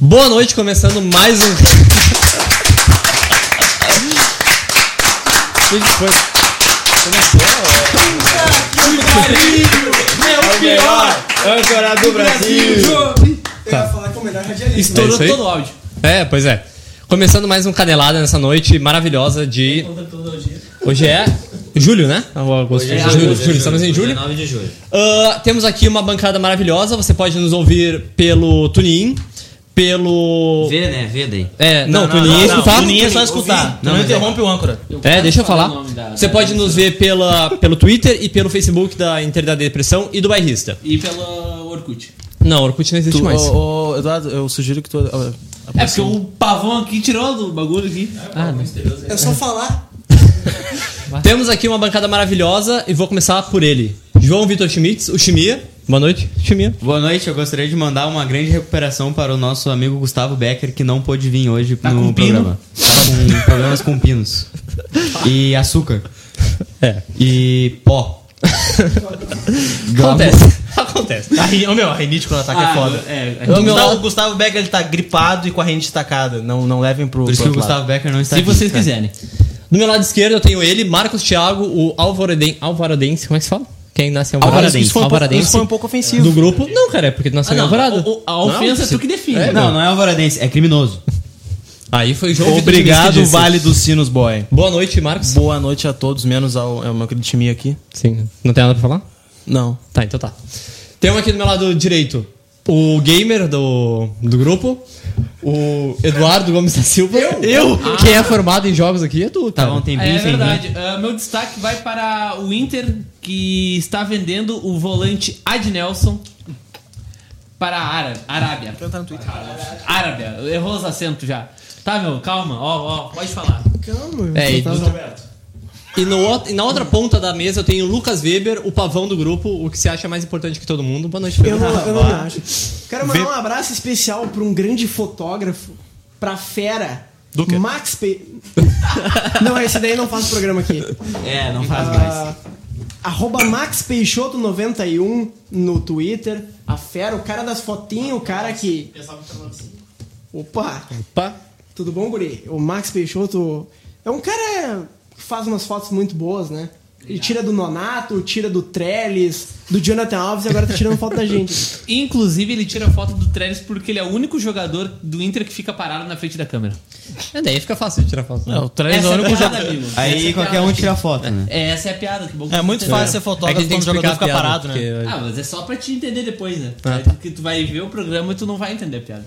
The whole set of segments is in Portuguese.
Boa noite, começando mais um. O que que foi? É o pior Âncora do Eu ia falar que é o melhor radialista. É Estourou isso aí? todo o áudio. É, pois é. Começando mais um Canelada nessa noite maravilhosa de. Todo, todo o dia. Hoje é. Julho, né? Ou agosto? Hoje é julho, agosto, julho, estamos em julho. 19 de julho. Ah, temos aqui uma bancada maravilhosa. Você pode nos ouvir pelo TuneIn, pelo. Vê, né? Vê daí. É, não, TuneIn é escutar. Tuninho é só escutar. Não, Não, mas é- interrompe o âncora. É, deixa eu falar. o nome da- Você da- pode nos ver pela, pelo Twitter e pelo Facebook da Inter da Depressão e do Bairrista. E pela Orkut. Não, Orkut não existe mais. Ô, ô, Eduardo, eu sugiro que tu. ah, ó, É, porque o pavão aqui tirou do bagulho aqui. É só falar. Temos aqui uma bancada maravilhosa e vou começar por ele. João Vitor Schmitz, o Chimia. Boa noite, Chimia. Boa noite, eu gostaria de mandar uma grande recuperação para o nosso amigo Gustavo Becker, que não pôde vir hoje no com pino. programa. Tá com problemas com pinos. E açúcar. É. E pó. Acontece. Acontece. a rin- ô, meu, a rinite quando ataca é Ah, foda. é, a o, rinite- Gustavo, o Gustavo Becker ele tá gripado e com a rinite estacada. Não, não levem pro. Por isso pro que o outro lado. Gustavo Becker não está Se aqui, vocês cara. quiserem. Do meu lado esquerdo eu tenho ele, Marcos Thiago, o Alvoreden, Alvarodense, como é que se fala? Quem nasce em Alvarodense. Alvarodense. Isso foi um pouco- Alvarodense. isso foi um pouco ofensivo. Do grupo? Não, cara, é porque tu nasceu em Alvorada. Ah, o- a ofensa é tu que define. É, Não, não é alvoradense, é criminoso. Aí foi o João Vitor Schmitz que Obrigado, disse. Vale dos Sinos Boy. Boa noite, Marcos. Boa noite a todos, menos ao, ao meu querido time aqui. Sim. Não tem nada pra falar? Não. Tá, então tá. Tem um aqui do meu lado direito. O gamer do, do grupo. O Eduardo Gomes da Silva. Eu? Quem é formado em jogos aqui é tu, tá? Tava um tempinho É sem vir. verdade. Ah, meu destaque vai para o Inter, que está vendendo o volante Adnelson para a Ara- Arábia. Arábia. Errou os acentos já. Tá, meu, calma. Ó, ó, pode falar. Calma. É, tá e, e no outro- e na outra ponta da mesa eu tenho o Lucas Weber, o pavão do grupo, o que se acha mais importante que todo mundo. Boa noite, Eu Weber. não, eu não me acho. Quero mandar um abraço especial pra um grande fotógrafo, pra fera. Do quê? Max Pe... não, esse daí não faz programa aqui. É, não faz mais. Ah, Arroba Max Peixoto91 no Twitter. A fera, o cara das fotinhas, o cara que. Opa! Opa. Tudo bom, Guri? O Max Peixoto é um cara que faz umas fotos muito boas, né? Ele tira do Nonato, tira do Trellis, do Jonathan Alves e agora tá tirando foto da É gente. Inclusive, ele tira foto do Trellis porque ele é o único jogador do Inter que fica parado na frente da câmera. É, daí fica fácil de tirar foto. né? É, o Trellis Essa é o único é a jogo. piada, amigo. Essa é Aí a qualquer piada. um tira foto, né? É, essa é a piada. Que bom que É muito você- fácil ser É que a fotógrafo gente tem quando que o jogador explicar fica a piada, parado, né? porque- Ah, mas é só pra te entender depois, né? Ah, Aí tá. Que tu vai ver o programa e tu não vai entender a piada.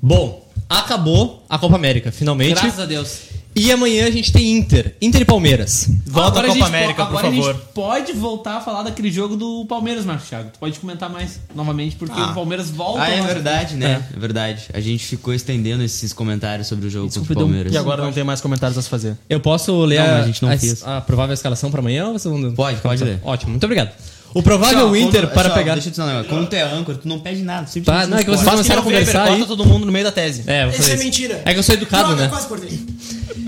Bom, acabou a Copa América, finalmente. Graças a Deus. E amanhã a gente tem Inter. Inter e Palmeiras. Agora Volta à a Copa gente po- América, por agora a favor. gente pode voltar a falar daquele jogo do Palmeiras, Marcos Thiago. Tu pode comentar mais novamente, porque Ah. o Palmeiras volta. Ah, é mas- verdade, né? É verdade. A gente ficou estendendo esses comentários sobre o jogo Desculpa, contra o deu um- Palmeiras. E agora não tem mais comentários a se fazer. Eu posso ler Não, a, a gente não a- fez. a provável escalação pra amanhã? Ou vocês vão... Então, tá, Pode, pode ler. Ótimo, muito obrigado. O provável Só, Inter quando- para só, pegar. Deixa eu um te dizer um negócio. Quando tu é âncora, tu não pede nada. Sempre Tá, não, é que vocês começaram a Faz que nem o Weber, conversar aí. Corta todo mundo no meio da tese. É, eu vou Isso fazer é mentira. É que eu sou educado, Droga, né? quase cortei.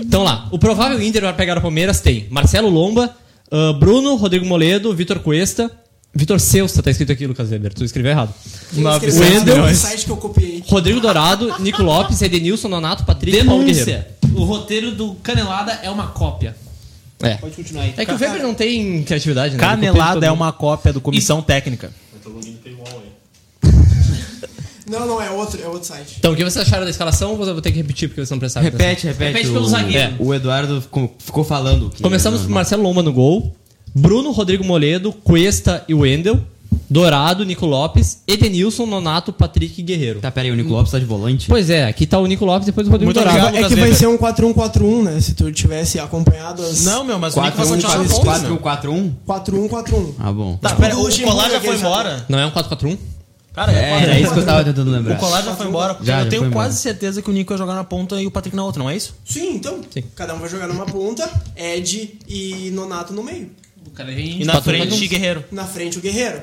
Então lá, o provável Inter para pegar o Palmeiras tem Marcelo Lomba, ah, Bruno, Rodrigo Moledo, Vitor Cuesta, Vitor Seusta, tá escrito aqui, Lucas Weber, tu escreveu errado. Eu escrevi O isso no Wendel, site que eu copiei. Rodrigo Dourado, Nico Lopes, Edenilson, Nonato, Patrick, Paulo Guerreiro. Denúncia. O roteiro do Canelada é uma cópia. É. Pode continuar aí. É que o Weber não tem criatividade, né? Ele copia de todo Canelada é mundo. uma cópia do Comissão Técnica. Não, não, é outro, é outro site. Então, o que vocês acharam da escalação? Eu vou ter que repetir porque vocês não prestaram atenção. Repete, repete. Repete pelo o, zagueiro. é, O Eduardo ficou, ficou falando. que- é Começamos por normal. Marcelo Lomba no gol. Bruno, Rodrigo Moledo, Cuesta e Wendel. Dourado, Nico Lopes, Edenilson, Nonato, Patrick e Guerreiro. Tá, pera aí, o Nico Lopes tá de volante. Pois é, aqui tá o Nico Lopes depois o Rodrigo Muito Dourado. obrigado. É Lucas que vai Weber. ser um 4-1-4-1, né? Se tu tivesse acompanhado as. Não, meu, mas o Nico vai 4-1, continuar no 4-1, ponto, meu. 4-1? 4-1-4-1. Ah, bom. Tá, Tipo pera, do o Luxemburgo, Colar já foi aquele embora? Não é um 4-4-1? Cara, É, é, era isso que eu tava tentando lembrar. O Colar já foi embora. Já, já eu tenho foi embora. quase certeza que o Nico ia jogar na ponta e o Patrick na outra, não é isso? Sim, então. Cada um vai jogar numa ponta, Ed e Nonato no meio. O cara vem. E na Patrick frente, Magnus. Guerreiro. Na frente o Guerreiro.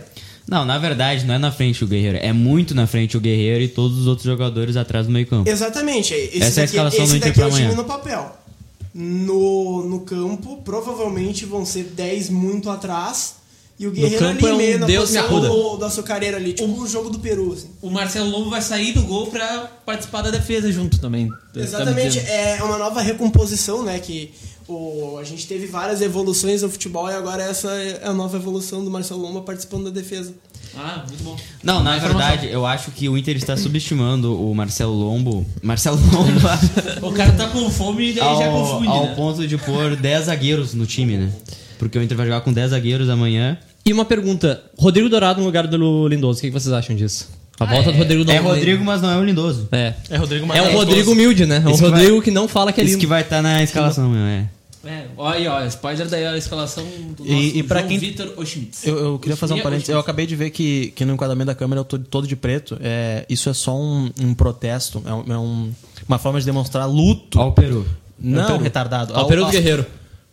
Não, na verdade, não é na frente o Guerreiro. É muito na frente o Guerreiro e todos os outros jogadores atrás do meio campo. Exatamente. é- Esse Essa é a daqui, escalação esse do Inter daqui é pra o time amanhã. no papel. No, no campo, provavelmente vão ser 10 muito atrás E o Guerreiro campo ali é um meio, na Deus me posição acuda. do, do açucareiro ali, tipo o jogo do Peru, assim. O Marcelo Lobo vai sair do gol pra participar da defesa junto também. Tá me Exatamente, dizendo. é uma nova recomposição, né? Que o, a gente teve várias evoluções no futebol e agora essa é a nova evolução do Marcelo Lomba participando da defesa. Ah, muito bom. Não, na Uma informação. verdade, eu acho que o Inter está subestimando o Marcelo Lombo. Marcelo Lomba. O cara tá com fome e daí já ao, confunde, ao né? ponto de pôr 10 zagueiros no time, né? Porque o Inter vai jogar com 10 zagueiros amanhã. E uma pergunta: Rodrigo Dourado no lugar do Lindoso, o que que vocês acham disso? A volta do Rodrigo É Dourado. Rodrigo, mas não é o Lindoso. É. É Rodrigo É um Rodrigo humilde, né? É um Esse que vai- Rodrigo que não fala que é Isso lindo. que vai estar na escalação, meu, é. É, ó aí, ó, spoiler daí, ó, a escalação do nosso E- e pra João quem- Vitor Oschmitz. Eu, eu queria fazer um Oschmitz. parênteses. Eu acabei de ver que, que no enquadramento da câmera eu tô todo de preto. É, isso é só um, um protesto, é, um- é um- uma forma de demonstrar luto. Ó o Peru. não, retardado. Ao período ao- guerreiro.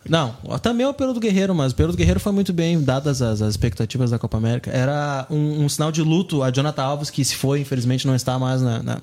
Não, também é o Peru do Guerreiro, mas o Peru do Guerreiro foi muito bem, dadas as, as expectativas da Copa América. Era um, um sinal de luto a Jonathan Alves, que se foi, infelizmente, não está mais na, na,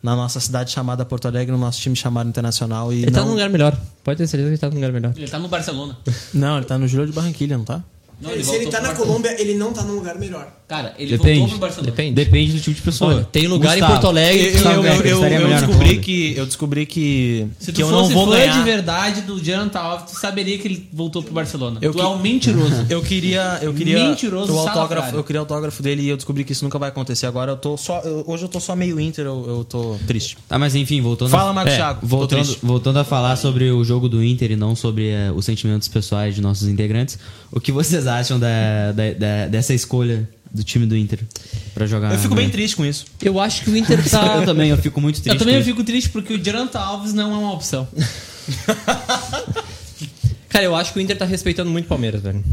na nossa cidade chamada Porto Alegre, no nosso time chamado Internacional. E Ele tá não, num lugar melhor. Pode ter certeza que ele tá num lugar melhor. Ele tá no Barcelona. não, ele tá no Júlio de Barranquilha, não tá? Não, Se ele voltou tá pro na Barcelona. Colômbia, ele não tá num lugar melhor. Cara, ele voltou Depende. pro Barcelona. Depende. Depende do tipo de pessoa. Olha, tem lugar Gustavo. em Porto Alegre que É, Eu, sabe, eu, né? eu, eu, Estaria melhor na descobri Colômbia. que, eu descobri que, Se tu que eu não fosse vou fã de ganhar. verdade do Jonathan Alves, tu saberia que ele voltou pro Barcelona. Eu tu que- é um mentiroso. Eu queria, eu queria Mentiroso o salafrário. autógrafo, eu queria o autógrafo dele e eu descobri que isso nunca vai acontecer. Agora eu tô só, eu- hoje eu tô só meio Inter, eu, eu tô triste. Tá, mas enfim, voltando. É, Fala, Marcos Thiago. Tô Voltando, triste. voltando a falar sobre o jogo do Inter e não sobre eh, os sentimentos pessoais de nossos integrantes, o que vocês acham da, da- da- dessa escolha do time do Inter pra jogar? Eu fico amanhã? bem triste com isso. Eu acho que o Inter tá. Eu também, eu fico muito triste. eu também com eu isso. fico triste porque o Jonathan Alves não é uma opção. Cara, eu acho que o Inter tá respeitando muito o Palmeiras, velho.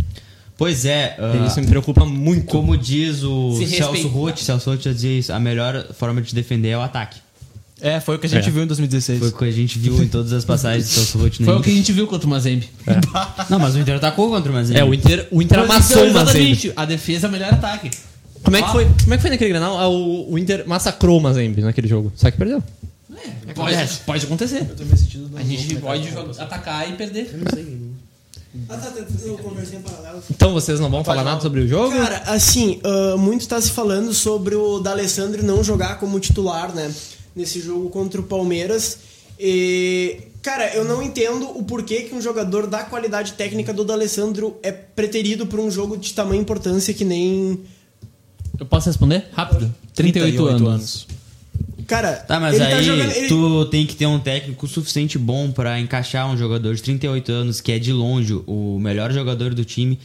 Pois é, ah, Isso me preocupa muito. como diz o Se Celso respeita. Roth, Celso Roth já dizia isso, a melhor forma de defender é o ataque. É, foi o que a gente É. viu em 2016. Foi o que a gente viu em todas as passagens do Celso Roth. no Foi o que Inter. a gente viu contra o Mazembe. Não, mas o Inter atacou contra o Mazinho. É, o Inter, o Inter amassou o Mazembe. então, é, Exatamente. Ah. A defesa é o melhor ataque. Como é que foi? Como é que foi naquele Grenal? Ah, O, o Inter massacrou o Mazembe naquele jogo. Só que perdeu. Pode, pode acontecer. A gente pode jogar- atacar e perder. Ah, tá, tá, tá, eu conversei em paralelo. Então vocês não vão falar nada sobre o jogo? Cara, assim, ah, muito tá se falando sobre o D'Alessandro não jogar como titular, né? Nesse jogo contra o Palmeiras. E, cara, eu não entendo o porquê que um jogador da qualidade técnica do D'Alessandro é preterido por um jogo de tamanha importância que nem. Eu posso responder? Rápido. 38, anos. Cara, Tá, mas ele aí tá jogando. ele- tu tem que ter um técnico suficiente bom pra encaixar um jogador de 38 anos, que é de longe o melhor jogador do time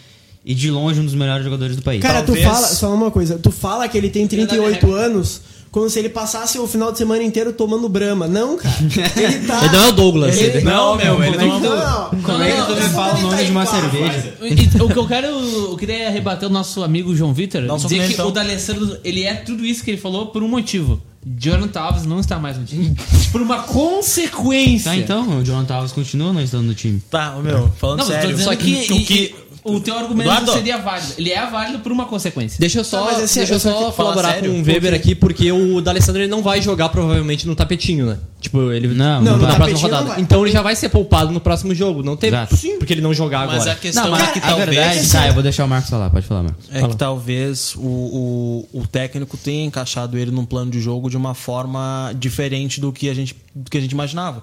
e de longe um dos melhores jogadores do país. Cara, Talvez- tu fala, só uma coisa, tu fala que ele tem Ele 38 dá anos como se ele passasse o final de semana inteiro tomando brama. Não, cara. Ele tá. Ele não é o Douglas. Ele- Ele... Não, meu, ele não- não, não. Como é que tu me Ele fala o tá nome em de uma quarto, cerveja? vai. E- O que eu quero. Eu queria rebater o nosso amigo João Vitor. Não, só Dizer comenta, que então. o D'Alessandro, ele é tudo isso que ele falou por um motivo. Jonathan Alves não está mais no time. por uma consequência. Tá, então, o Jonathan Alves continua não estando no time. Tá, ô, meu, falando Não, mas eu tô sério. dizendo Só que, o que- o teu argumento Eduardo. seria válido. Ele é válido por uma consequência. Deixa eu só, Tá, mas assim, deixa eu eu só só queria falar colaborar sério, com o Weber porque- aqui, porque o D'Alessandro ele não vai jogar provavelmente no tapetinho, né? Tipo, ele Não, na não vai. próxima Tapetinho não rodada. vai. Então ele já vai ser poupado no próximo jogo. Não tem Exato. porque ele não jogar Mas agora. a questão é que a talvez- verdade, tá, eu vou deixar o Marcos falar, pode falar, Marcos. É que talvez o, o, o técnico tenha encaixado ele num plano de jogo de uma forma diferente do que a gente, do que a gente imaginava.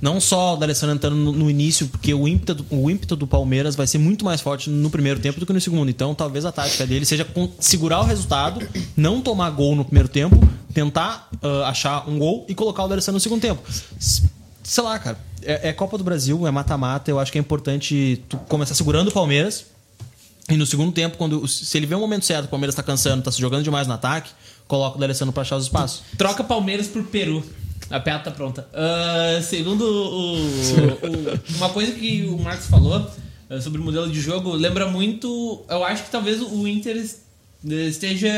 Não só o D'Alessandro entrando no, no início, porque o ímpeto, o ímpeto do Palmeiras vai ser muito mais forte no primeiro tempo do que no segundo. Então, talvez a tática dele seja con- segurar o resultado, não tomar gol no primeiro tempo, tentar ah, achar um gol e colocar o D'Alessandro no segundo tempo. S- Sei lá, cara. É, é Copa do Brasil, é mata-mata. Eu acho que é importante tu começar segurando o Palmeiras, e no segundo tempo, quando se ele vê o momento certo, o Palmeiras tá cansando, tá se jogando demais no ataque, coloca o D'Alessandro pra achar os espaços. Troca Palmeiras por Peru. A piada tá pronta. Ah, segundo o, o- Uma coisa que o Marcos falou ah, sobre o modelo de jogo, lembra muito. Eu acho que talvez o Inter es- esteja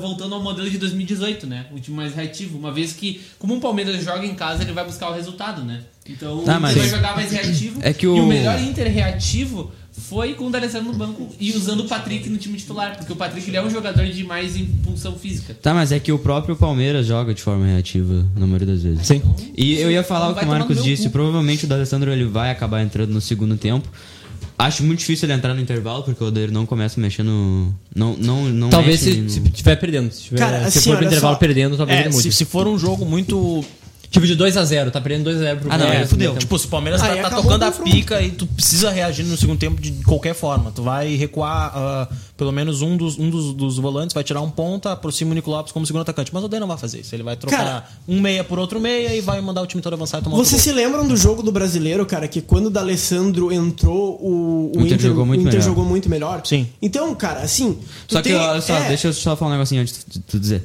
voltando ao modelo de 2018, né? O time mais reativo. Uma vez que, como o Palmeiras joga em casa, ele vai buscar o resultado, né? Então Tá, o mas- Inter vai jogar mais reativo. É que o- E o melhor Inter reativo foi com o D'Alessandro no banco e usando o Patrick no time titular. Porque o Patrick ele é um jogador de mais impulsão física. Tá, mas é que o próprio Palmeiras joga de forma reativa, na maioria das vezes. Sim. E eu ia falar Não o que vai o tomar no Marcos meu disse, cu. provavelmente o D'Alessandro ele vai acabar entrando no segundo tempo, Acho muito difícil ele entrar no intervalo, porque o Odeiro não começa mexendo. Não, não, não Talvez mexe se no- estiver perdendo. Se, tiver, Cara, se assim, for pro olha intervalo só. perdendo, talvez É, ele mude. se, se for um jogo muito. Tipo de 2x0, tá perdendo 2x0 pro né? Ah, não, Palmeiras é, no fudeu. meio tempo. Tipo, se o Palmeiras Aí tá- tá, acabou tocando o a confronto. pica e tu precisa reagir no segundo tempo de qualquer forma. Tu vai recuar ah, pelo menos um, dos, um dos, dos volantes, vai tirar um ponta, aproxima o Nico Lopes como segundo atacante. Mas o Odeio não vai fazer isso. Ele vai trocar Cara- um meia por outro meia e vai mandar o time todo avançar e tomar outro Vocês se lembram do jogo do brasileiro, cara, que quando o D'Alessandro entrou, o, o Inter, jogou, muito melhor. jogou muito melhor? Sim. Então, cara, assim. tu Só que, tem- olha só, é, deixa eu só falar um negocinho antes de tu- tu dizer.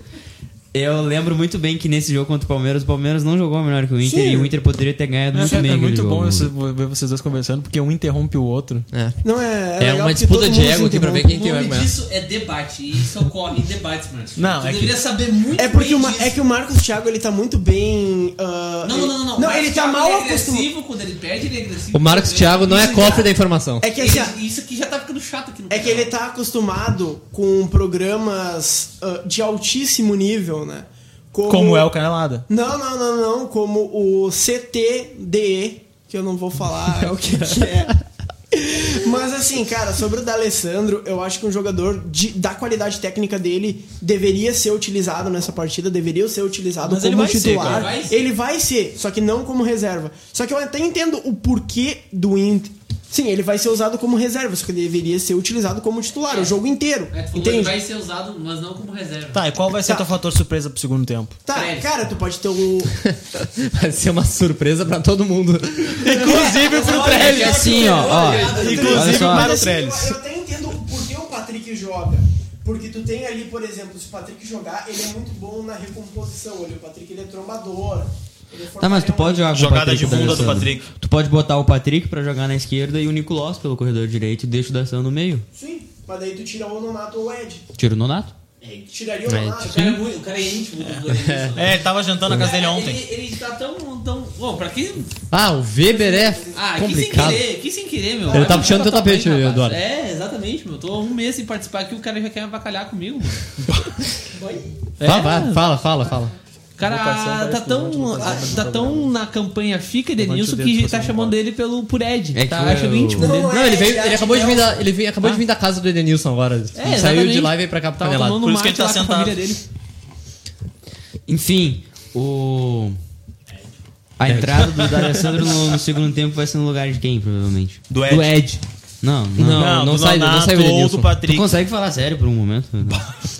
Eu lembro muito bem que nesse jogo contra o Palmeiras, o Palmeiras não jogou melhor que o Inter Sim. e o Inter poderia ter ganhado gol. muito bem. É, é aquele muito jogo. né? bom esse- ver vocês dois conversando, porque um interrompe o outro. Não é. É legal uma porque disputa todo de mundo se ego aqui pra ver interrompe. quem O tem nome mais maior. disso é debate, e isso ocorre em debates, mano. Não, tu é que- deveria saber muito É porque bem o, Ma- disso. é que o Marcos Thiago ele tá muito bem. ah, Não, não, não, não. Não, Marcos ele tá Thiago, mal ele é acostumado. agressivo, quando ele perde, ele é agressivo. O Marcos Quando ele- Thiago não é Isso cofre da informação. É que Ele- assim, ó, Isso aqui já tá ficando chato aqui no é que ele tá acostumado com programas ah, de altíssimo nível, né? Como é o Canelada. Não, não, não, não. Como o CTDE, que eu não vou falar o que, que é. Mas assim, cara, sobre o D'Alessandro, eu acho que um jogador de- da qualidade técnica dele deveria ser utilizado nessa partida, deveria ser utilizado Mas como ele vai ser, titular. cara, ele vai ser. ele vai ser, só que não como reserva. Só que eu até entendo o porquê do Inter. Sim, ele vai ser usado como reserva, só que deveria ser utilizado como titular o jogo inteiro. É, tu falou, ele entende? vai ser usado, mas não como reserva. Tá, e qual vai ser o Tá. teu fator surpresa pro segundo tempo? Tá, Fred. cara, tu pode ter o. Vai ser uma surpresa pra todo mundo. Inclusive pro É que assim, ó, ó. Olha Inclusive para só. o Mas, assim, Trellis. eu, eu até entendo por que o Patrick joga. Porque tu tem ali, por exemplo, se o Patrick jogar, ele é muito bom na recomposição. Ele, o Patrick ele é trombador. Ele é Tá, mas tu fortaleza. pode jogar com Jogada o Patrick de bunda do D'Alessandro. Patrick. Tu pode botar o Patrick pra jogar na esquerda e o Nicolás pelo corredor direito e deixa o Dação no meio. Sim, mas daí tu tira o Nonato ou o Ed. Tira o Nonato. Tu tiraria o Nonato. O cara é muito, o cara é íntimo. do Corinthians. É, ele tava jantando na casa dele ontem. Ele, ele tá tão. tão... Bom, pra quem. Ah, o Weber é Ah, aqui sem complicado. querer, aqui sem querer, meu. Ele Vai tá me puxando teu chutar tua mãe, tapete, rapaz. Eduardo. É, exatamente, meu. Tô há um mês sem participar aqui, o cara já quer me avacalhar comigo, mano. É. Vá, vá, fala, fala, fala. O cara tá tão, ah, tá tão na campanha Fica Edenilson que tá chamando ele pelo, por Ed. É que tá eu- achando íntimo Não, dele. Não, ele veio, ele acabou de vir da, ele veio- acabou de vir da casa do Edenilson agora. é. Ele saiu de É, exatamente. lá e veio pra cá pro Tava Canelado. tomando Por isso que mate ele tá lá com a sentado. família dele. Enfim, o. A entrada do D'Alessandro no, no segundo tempo vai ser no lugar de quem, provavelmente? Do Ed. Não, Não, não. não, do sai, não Nonato sai o ou do Edenilson. Tu Patrick. consegue falar sério por um momento?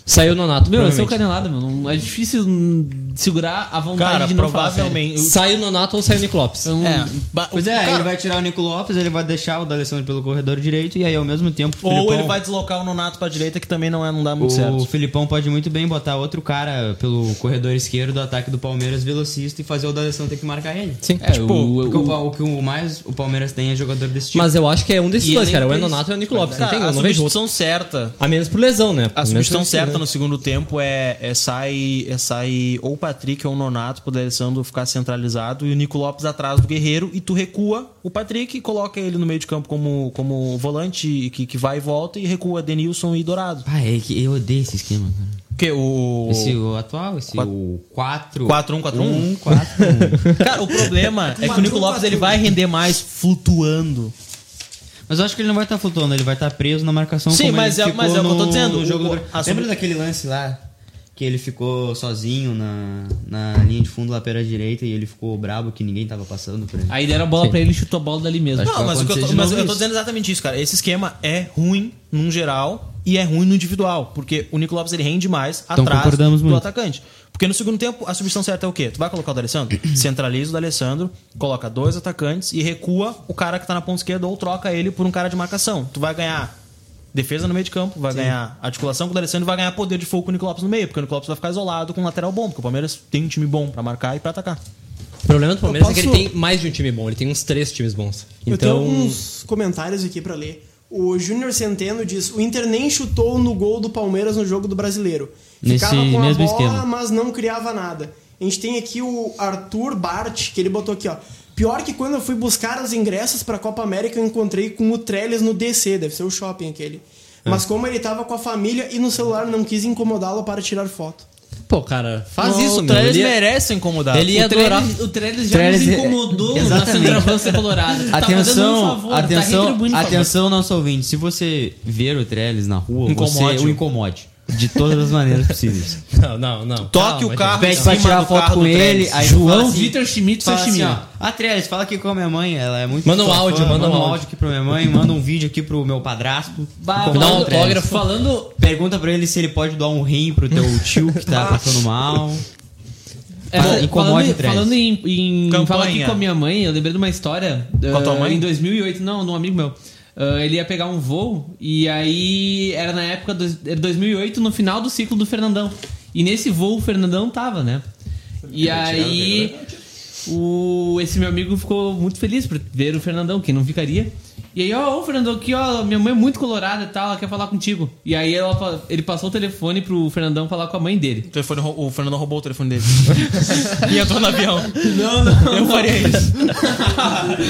Saiu o Nonato, Meu, esse é o provavelmente. Canelada, meu. Não- É difícil hum, segurar a vontade Cara, de não falar sério. provavelmente. Sai o Nonato ou sai o Niclopes. Então, É, ba- Pois é, cara, ele vai tirar o Nico Lopes, ele vai deixar o D'Alessandro pelo corredor direito e aí ao mesmo tempo o Ou Filipão, ele vai deslocar o Nonato pra direita, que também não, é, não dá muito o certo. Filipão pode muito bem botar outro cara pelo corredor esquerdo do ataque do Palmeiras velocista e fazer o D'Alessandro ter que marcar ele. Sim. é, tipo, o- Porque o- o, pa- o que o mais o Palmeiras tem é jogador desse tipo. Mas eu acho que é um desses E dois, ele cara. Ou é fez- Nonato ou é Niclopes. Não Cara, tem, eu a não vejo outro. substituição certa. A menos por lesão, né? A Pelo menos substituição isso, né? certa no segundo tempo é, é sair é sai ou o Patrick ou o Nonato pro D'Alessandro ficar centralizado e o Nico Lopes atrás do Guerreiro e tu recua o Patrick e coloca ele no meio de campo como, como volante que, que vai e volta e recua Denilson e Dourado. Ah, é que eu odeio esse esquema, cara. Porque o... Esse o atual, esse Quatro- o 4 4-1, 4-1. 4 Cara, o problema é que o Nico Lopes ele vai render mais flutuando. Mas eu acho que ele não vai estar flutuando, ele vai estar preso na marcação Sim, como mas ele é- ficou mas é o que eu tô no- dizendo, no jogo o- do- a sub- Lembra daquele lance lá que ele ficou sozinho na, na linha de fundo lá pela direita e ele ficou brabo que ninguém tava passando por ele. Aí deram a bola pra ele e chutou a bola dali mesmo. Acho Não, que vai mas, o que eu, acontecer tô, de mas novo eu tô isso. dizendo é exatamente isso, cara. Esse esquema é ruim num geral e é ruim no individual, porque o Nico Lopes ele rende mais atrás do Então concordamos muito. atacante. Porque no segundo tempo, a substituição certa é o quê? Tu vai colocar o D'Alessandro, centraliza o D'Alessandro, coloca dois atacantes e recua o cara que tá na ponta esquerda ou troca ele por um cara de marcação. Tu vai ganhar defesa no meio de campo, vai ganhar articulação com o D'Alessandro e vai ganhar poder de fogo com o Nico Lopes no meio, porque o Nico Lopes vai ficar isolado com um lateral bom, porque o Palmeiras tem um time bom pra marcar e pra atacar. O problema do Palmeiras é que posso- ele tem mais de um time bom. Ele tem uns três times bons. Eu tenho Então... alguns comentários aqui pra ler. O Júnior Centeno diz: o Inter nem chutou no gol do Palmeiras no jogo do brasileiro. Nesse Ficava com mesmo a bola, esquema. mas não criava nada. A gente tem aqui o Arthur Bart, que ele botou aqui, ó. Pior que quando eu fui buscar os ingressos pra Copa América, eu encontrei com o Trellis no DC, deve ser o É. shopping aquele. Mas como ele tava com a família e no celular não quis incomodá-lo para tirar foto. Pô, cara, faz isso, o meu. Trellis Ele ia- merece incomodar. ele ia o Trellis- adorar. O Trellis já Trellis- é- nos incomodou na Exatamente. Centroavança Colorado. Tu tá Atenção, fazendo um favor, tá atenção, retribuindo o favor. atenção, nosso ouvinte. Se você ver o Trellis na rua, Incomode-o. você o incomode. De todas as maneiras possíveis. Não, não, não. Toque o carro em Pede pra cima tirar do foto carro com do ele. Trellis. Aí João Vitor Vitor Schmidt fala assim, ó. Sochimino. Ah, Trellis, fala aqui com a minha mãe. Ela é muito Manda um sua áudio, fã. manda um um áudio. áudio aqui pra minha mãe. Manda um vídeo aqui pro meu padrasto. Bah, um Incomoda falando- o Trellis. autógrafo. Falando Pergunta pra ele se ele pode doar um rim pro teu tio que tá passando mal. É, Fala- incomode o falando, Trellis. falando em, em Campanha. falar aqui com a minha mãe, eu lembrei de uma história. Com a tua eh, mãe? Em 2008, não, de um amigo meu. Ah, ele ia pegar um voo e aí era na época dos- era 2008, no final do ciclo do Fernandão. E nesse voo o Fernandão tava, né? E aí o, esse meu amigo ficou muito feliz por ver o Fernandão, que não ficaria. E aí, ó, ô Fernandão aqui, ó, minha mãe é muito colorada e tal, ela quer falar contigo. E aí ela fa- ele passou o telefone pro Fernandão falar com a mãe dele. O, telefone rou- o Fernando roubou o telefone dele. e entrou no avião. Não, não, Eu faria isso.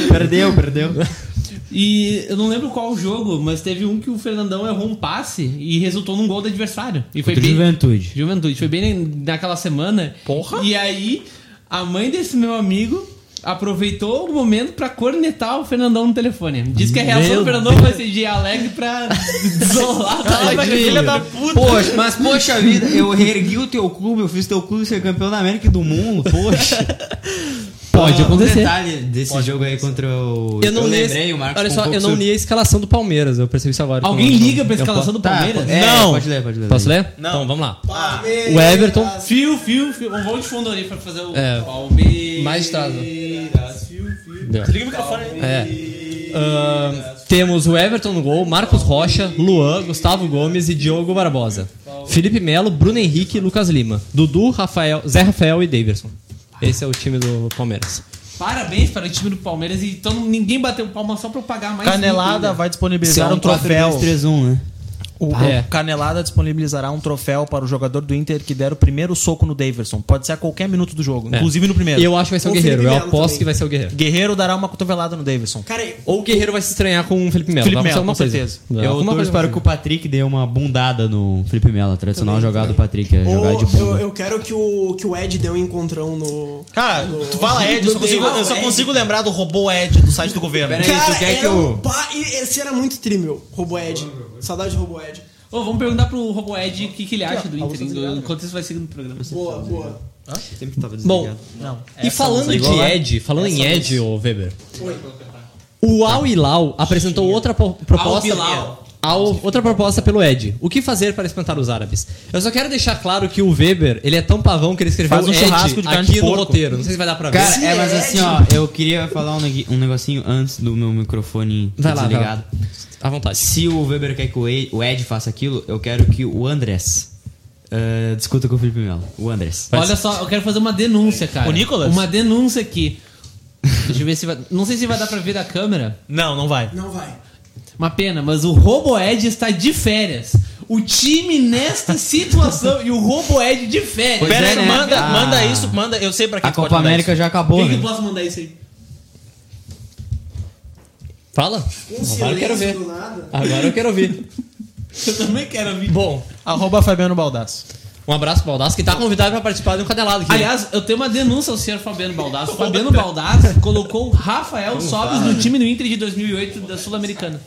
perdeu, perdeu. E eu não lembro qual jogo, mas teve um que o Fernandão errou um passe e resultou num gol do adversário. E foi Contra o bem... Juventude. Juventude. Foi bem naquela semana. Porra! E aí, a mãe desse meu amigo aproveitou o momento pra cornetar o Fernandão no telefone. Diz que a reação do Fernandão vai ser de alegre pra desolar. o tadinho. Filha da puta. Poxa, mas poxa vida, eu reergui o teu clube, eu fiz teu clube ser campeão da América e do mundo, poxa. Pode Ah, acontecer. Um detalhe desse jogo aí contra o. Eu não li lembrei, o Marcos um Olha só, convocou eu não o- li a escalação do Palmeiras, eu percebi isso agora. Alguém Eu- liga pra eu escalação posso- do Palmeiras? É, Não. Pode ler, pode ler. Posso ler? Não. Então, vamos lá. Palmeiras. O Everton. Fio, fio, fio. Um gol de fundo ali pra fazer o É. Palmeiras. Mais estrada. Fio, fio. Deu. Liga o microfone aí. É. Ahn, temos o Everton no gol, Marcos Rocha, Luan, Gustavo Gomes e Diogo Barbosa. Felipe Melo, Bruno Henrique e Lucas Lima. Dudu, Rafael, Zé Rafael e Daverson. Esse é o time do Palmeiras. Parabéns para o time do Palmeiras e então ninguém bateu palma só para eu pagar mais. Canelada um, né? vai disponibilizar é um, troféu. 3-1, né? O É. o Canelada disponibilizará um troféu para o jogador do Inter que der o primeiro soco no Davidson. Pode ser a qualquer minuto do jogo, É. inclusive no primeiro. É. Eu acho que vai ser o Ou Guerreiro. Felipe Eu Melo aposto também. que vai ser o Guerreiro. Guerreiro dará uma cotovelada no Davidson. Cara, Ou o Guerreiro vai se estranhar com o Felipe Melo. Felipe vai acontecer Melo, alguma com coisa. certeza. Vai, Eu alguma torço coisa para vai que o Patrick dê uma bundada no Felipe Melo, a tradicional jogada do Patrick, é jogada de ou, eu, bunda. eu quero que o, que o Ed dê um encontrão no. Cara, tu fala Ed, eu só Do consigo, Davidson. eu só consigo lembrar do robô Ed do site do governo. Pera aí. tu É quer era que eu- um pa- e Esse era muito tri, meu. Robô Ed. Saudade de Robô Ed. Ô, vamos perguntar pro Robo Ed o que, que ele acha do Inter do- enquanto isso vai seguindo o programa. Boa, boa. acontecer. Bom, Não. e falando de Ed, falando em Ed, ô Weber, Oi. o Al Hilal apresentou outra po- proposta. Al Hilal. Al- outra proposta pelo Ed. O que fazer para espantar os árabes? Eu só quero deixar claro que o Weber, ele é tão pavão que ele escreveu Faz um Ed churrasco de carne aqui de no porco. roteiro. Não sei se vai dar pra ver. Cara, Se é, mas é assim, de- ó, eu queria falar um, neg- um negocinho antes do meu microfone vai lá, vai desligado. lá. À vontade. Se o Weber quer que o Ed, o Ed faça aquilo, eu quero que o Andrés eh, discuta com o Felipe Melo. O Andrés. Olha só, eu quero fazer uma denúncia, cara. O Nicolas? Uma denúncia aqui. Deixa eu ver se vai. Não sei se vai dar pra ver da câmera. Não, não vai. Não vai. Uma pena, mas o Robo Ed está de férias. O time nesta situação e o Robo Ed de férias. Pois Pera é, aí, né? manda, Ah. manda isso, manda. Eu sei pra quem A Copa América já acabou, Quem que eu né? posso mandar isso aí? Fala. Um Agora eu quero silêncio ver. do nada. Agora eu quero ouvir. Eu também quero ouvir. Bom, Arroba Fabiano Baldasso. um abraço pro Baldasso, que tá convidado pra participar de um cadelado aqui. Aliás, eu tenho uma denúncia ao senhor Fabiano Baldassi. O Fabiano Baldassi colocou o Rafael Sobres no time do Inter de 2008 da Sul-Americana.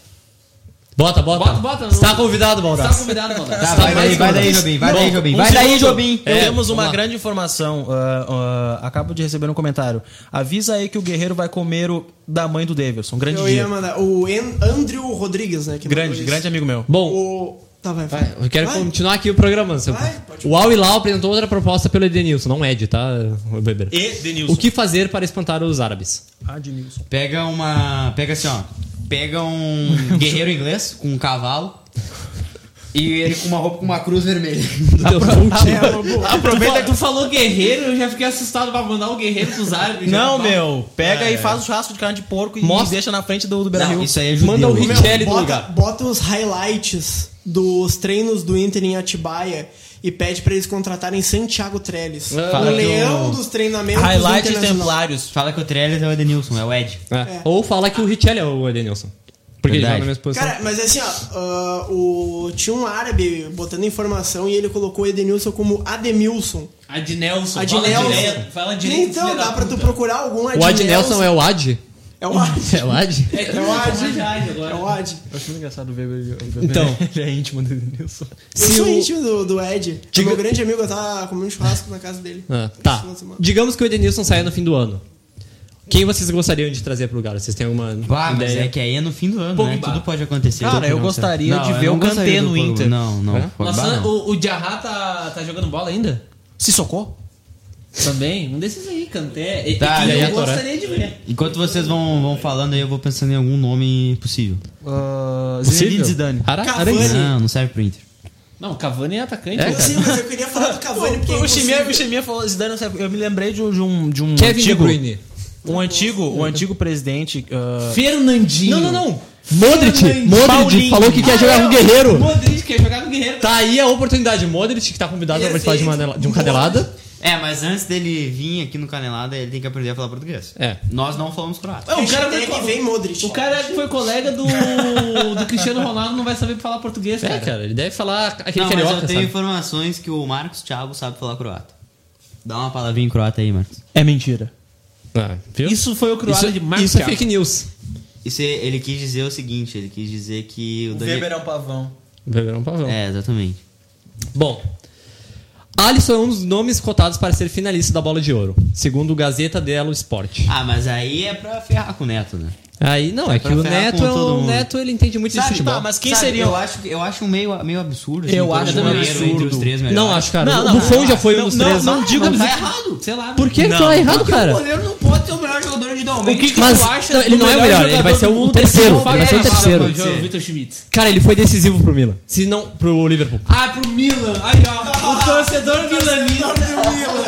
bota, bota. Bota, bota. Está convidado, Está Baldasso. convidado, Tá, Baldassi. vai daí, vai daí, Jobim. Vai daí, Jobim. Um Vai daí, segundo. Jobim. É, Temos vamos uma lá. grande informação. Ah, ah, acabo de receber um comentário. Avisa aí que o Guerreiro vai comer o da mãe do Davidson. Grande Eu dia. ia mandar. O En- Andrew Rodrigues, né? Que mandou Grande, isso. grande amigo meu. é Bom, O... Tá, vai, vai. Vai, eu quero Vai. continuar aqui o programa. seu- Vai, pode- o Al Hilal apresentou outra proposta pelo Edenilson, não Ed, tá, Weber? E Denilson. O que fazer para espantar os árabes? Ah, Denilson. Pega uma. Pega assim, ó. Pega um guerreiro inglês com um cavalo. E ele com uma roupa com uma cruz vermelha. Deus, último. É, uma boa. Aproveita que tu falou guerreiro, eu já fiquei assustado pra mandar o guerreiro pros árabes. Não, Já. meu. É. Pega e faz o churrasco de carne de porco e Mostra- deixa na frente do, do Beira Não, Rio. isso aí é judeu. Manda o né? Richelli do bota, lugar. bota os highlights dos treinos do Inter em Atibaia e pede pra eles contratarem Santiago Trellis. Fala o Ah, que leão dos treinamentos do Highlights Internacional. templários. Fala que o Trellis é o Edenilson, é o Ed. É. Ou fala que o Richelli é o Edenilson. Porque ele Verdade. joga na mesma posição. Cara, mas assim, ó, ah, o, tinha um árabe botando informação e ele colocou Edenilson como Ademilson. Adnelson. Fala Adnelson. direito. Fala direito então, filho da dá pra tu puta. procurar algum o Ad Nelson é o Ad? É o Ad. É o Ad? É, É o Ad Ad. agora. É o Ad. Eu acho muito engraçado ver ele. Então. ele é íntimo do Edenilson. Eu Se sou o- íntimo do, do Ed. É Diga- Meu grande amigo, eu tava comendo um churrasco na casa dele. Ah, tá. Digamos que o Edenilson saia no fim do ano. Quem vocês gostariam de trazer pro lugar? Vocês têm alguma Bah, mas ideia? é que aí é no fim do ano, né? Pogba. Tudo pode acontecer. Cara, eu Não, gostaria não, de eu ver não o Kanté gostaria do no Pogba. Inter. Não, não. Hã? Pogba Nossa, não. o, o Diarra tá, tá jogando bola ainda? Se socou? Também? Um desses aí, Canté. E- e Tá, que ele eu é Toré. gostaria de ver. Enquanto vocês vão, vão falando aí, eu vou pensando em algum nome possível. Uh, Possível? Zinedine Zidane. Ara- Cavani. Arangues. Não, não serve pro Inter. Não, o Cavani é atacante. É, pô. cara. Sim, mas eu queria falar do Cavani porque. é o Chimia, impossível. o Chimia falou Zidane, eu sei- eu me lembrei de um de um, de um Kevin De antigo, Bruyne. um antigo, um antigo presidente. ah, Fernandinho. Modric. Modric Paulinho. falou que quer jogar com o Guerreiro. Modric quer jogar no Guerreiro. Tá aí a oportunidade. Modric, que tá convidado pra participar de, uma, anela- de um cadelada. É, mas antes dele vir aqui no Canelada, ele tem que aprender a falar português. É. Nós não falamos croata. Não, o cara Hashtag foi co- é vem Modric. O cara que foi colega do, do Cristiano Ronaldo não vai saber falar português, É, cara. cara, ele deve falar aquele Não, mas carioca, eu tenho sabe? informações que o Marcos Thiago sabe falar croata. Dá uma palavrinha em croata aí, Marcos. É mentira. Ah, viu? Isso foi o croata Isso, de Marcos isso é Thiago. fake news. Isso é- ele quis dizer o seguinte, ele quis dizer que o, Daniel... é um pavão. Beberão um pavão. É, exatamente. Bom, Alisson é um dos nomes cotados para ser finalista da Bola de Ouro, segundo o Gazeta dello Sport. Ah, mas aí é pra ferrar com o Neto, né? Aí não, é que pra o ferrar Neto, com é todo um- o mundo. Neto ele entende muito de futebol. mas quem Sabe, seria Eu acho, eu acho um meio, meio absurdo. Eu todo acho mundo meio era Entre os absurdo. três melhores. Não, acho, cara. Não, o não, Buffon não, já foi não, um dos não, três. não, digo- Não, tá errado. Sei lá. Por que que Não, tá errado, cara? O goleiro não pode ser o melhor jogador individualmente. O que, que Mas tu acha não, ele do não é o melhor, ele jogador vai ser do o mundo? terceiro, Qual ele vai é ser o a palavra terceiro. pro João Vitor Schmidt. Cara, ele foi decisivo pro Milan. Se não, pro Liverpool. Ah, pro Milan. Aí, ó. O torcedor milanista.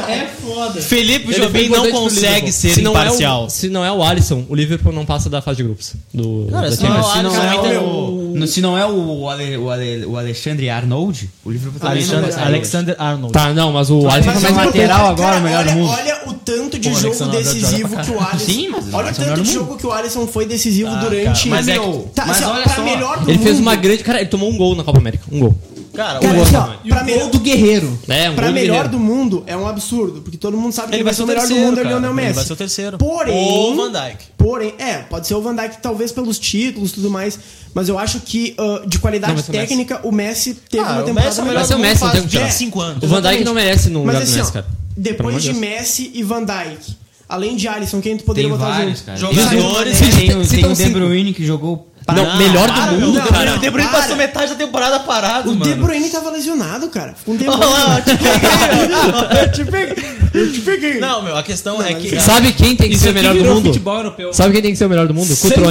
É foda. Felipe Ele foi Jobim importante não pro consegue Liverpool. ser se não imparcial. É o, se não é o Alisson, o Liverpool não passa da fase de grupos. Do, Cara, da se não é Champions. o Se Alisson, não, é então- o, no- se não é o, Ale- o, Ale- o Alexandre Arnold, o livro também não Alexander, vai sair Alexander Arnold. Tá, não, mas o Alisson Mas tá mais olha, importante. lateral agora, o melhor olha, do mundo. Olha o tanto de Pô, o jogo Alexandre Arnold joga decisivo pra que o Alisson. Sim, mas olha o o Alisson é o tanto melhor de do jogo que o Alisson foi Ah, decisivo durante. cara, mas é Meu, que- tá, mas assim, ó, olha pra só, melhor do Ele mundo. fez uma grande. Cara, ele tomou um gol na Copa América. Um gol. Cara, Cara, o- assim, ó, pra E o melhor gol do Guerreiro. É, um Pra gol melhor Mineiro. do mundo é um absurdo, porque todo mundo sabe que ele vai ser o melhor terceiro, do mundo é o cara. Lionel Messi. Ele vai ser o terceiro. Porém, Ou o Van Dijk. Porém, é, pode ser o Van Dijk talvez pelos títulos e tudo mais, mas eu acho que ah, de qualidade Não, vai ser o Messi. técnica o Messi teve Ah, uma o temporada Messi é o melhor. Vai melhor ser o do mundo Messi, não faz tem o que tirar. 25 anos. O Van Dijk não merece no Mas lugar do assim, ó, Messi, cara. Pelo amor depois de Deus. Messi e Van Dijk, além de Alisson, quem tu poderia Tem botar vários, junto? cara. Jogadores- Se- Tem, o- se- tem o Então se- De Bruyne que jogou... Não, melhor do Para, mundo, meu, cara. O De Bruyne Para. passou metade da temporada parado, O mano. De Bruyne tava lesionado, cara. Ficou um tempo. Olha lá, ó, te eu te peguei. Eu te peguei. Não, meu, a questão é que... Sabe quem tem é que Isso ser o aqui melhor do virou mundo? futebol europeu. Sabe quem tem que ser o melhor do mundo? Santiago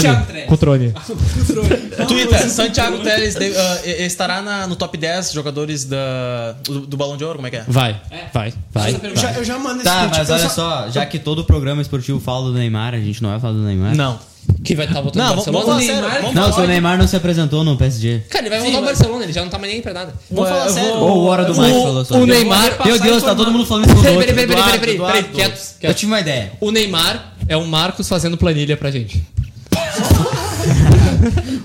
Cutrone. Trellis. Cutrone. Twitter, Santiago Teles de- ah, e- estará na- no top 10 jogadores da, do, do Balão de Ouro, como é que é? Vai, É. vai, vai. Essa pergunta- Já- eu já mando esse tipo, Tá, tweet, mas eu olha só, já que todo programa esportivo fala do Neymar, a gente não vai falar do Neymar. Não. Que vai estar voltando Não, ao vamos- Barcelona? vamos O falar Neymar- sério, vamos Não, falar se o Neymar não se apresentou no PSG. Cara, ele vai voltar ao Barcelona, ele já não tá mais nem pra nada. Vamos falar Eu sério. vou- Ou o Hora do O- Mike falou sobre o isso. Neymar- Meu Deus, tá todo mundo falando isso Peraí, do peraí, peraí, peraí, outro. peraí, Eduardo, peraí, Eduardo. quietos, Eu quietos. tive uma ideia. O Neymar é um Marcos fazendo planilha pra gente.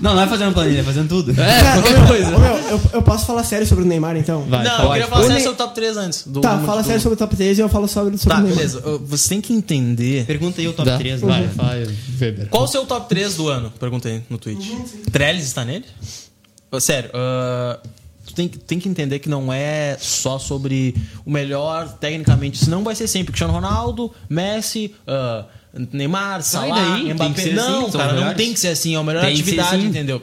Não, não é fazendo planilha, é fazendo tudo. É, Cara, ô, qualquer meu, coisa. ô, meu, eu, eu posso falar sério sobre o Neymar, então? Vai, Não, eu pode. queria falar O sério Ne- sobre o top 3 antes. do- Tá, do- fala do- sério sobre o top 3 e eu falo sobre, sobre Tá, o Neymar. beleza. Uh, Você tem que entender... Pergunta aí o top Dá. Uhum. 3. Vai, vai, Weber. Qual o seu top 3 do ano? Perguntei no tweet. Trellis está nele? Ô, Sério, ah, tu tem, que- tem que entender que não é só sobre o melhor tecnicamente. Senão vai ser sempre Cristiano Ronaldo, Messi... ah, Neymar, Sai Salah, daí, tem que Mbappé. ser assim, Não, são cara, os não melhores. tem que ser assim. É a melhor Tem que ser atividade, assim. entendeu?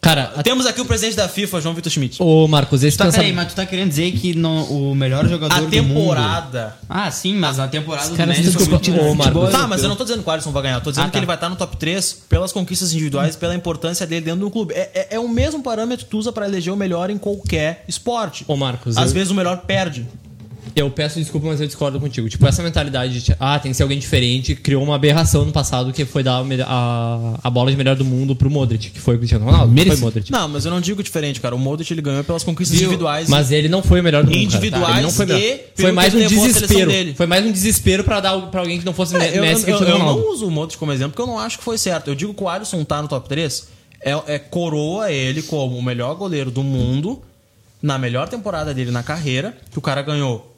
Cara, a- Temos aqui o presidente da FIFA, João Vitor Schmidt. ô Marcos, esse Tá, peraí, pensamento. mas tu tá querendo dizer que não- o melhor jogador A do mundo... temporada. Ah, sim, mas a temporada do caras Messi estão foi discutindo muito futebol, é boa. Marcos. Tá, mas eu não tô dizendo que o Alisson vai ganhar. eu Tô dizendo Ah, que tá. ele vai estar no top 3 pelas conquistas individuais, pela importância dele dentro do clube. É, é- é o mesmo parâmetro que tu usa pra eleger o melhor em qualquer esporte. Ô Marcos, Às eu, vezes o melhor perde. eu peço desculpa, mas eu discordo contigo. Tipo, essa mentalidade de ah, tem que ser alguém diferente, criou uma aberração no passado que foi dar o melhor- a, a bola de melhor do mundo pro Modric, que foi o Cristiano Ronaldo. Merecido. Foi Modric. Não, mas eu não digo diferente, cara. O Modric ele ganhou pelas conquistas Viu? individuais. Mas ele não foi o melhor do mundo. cara. Individuais Ele não foi, o melhor. e foi pelo mais que um ele levou a seleção desespero. dele. Foi mais um desespero pra dar pra alguém Né, que não fosse É, Me- eu, Messi e eu- Cristiano eu Ronaldo. não uso o Modric como exemplo porque eu não acho que foi certo. Eu digo que o Alisson tá no top 3 é, é- coroa ele como o melhor goleiro do mundo na melhor temporada dele na carreira, que o cara ganhou.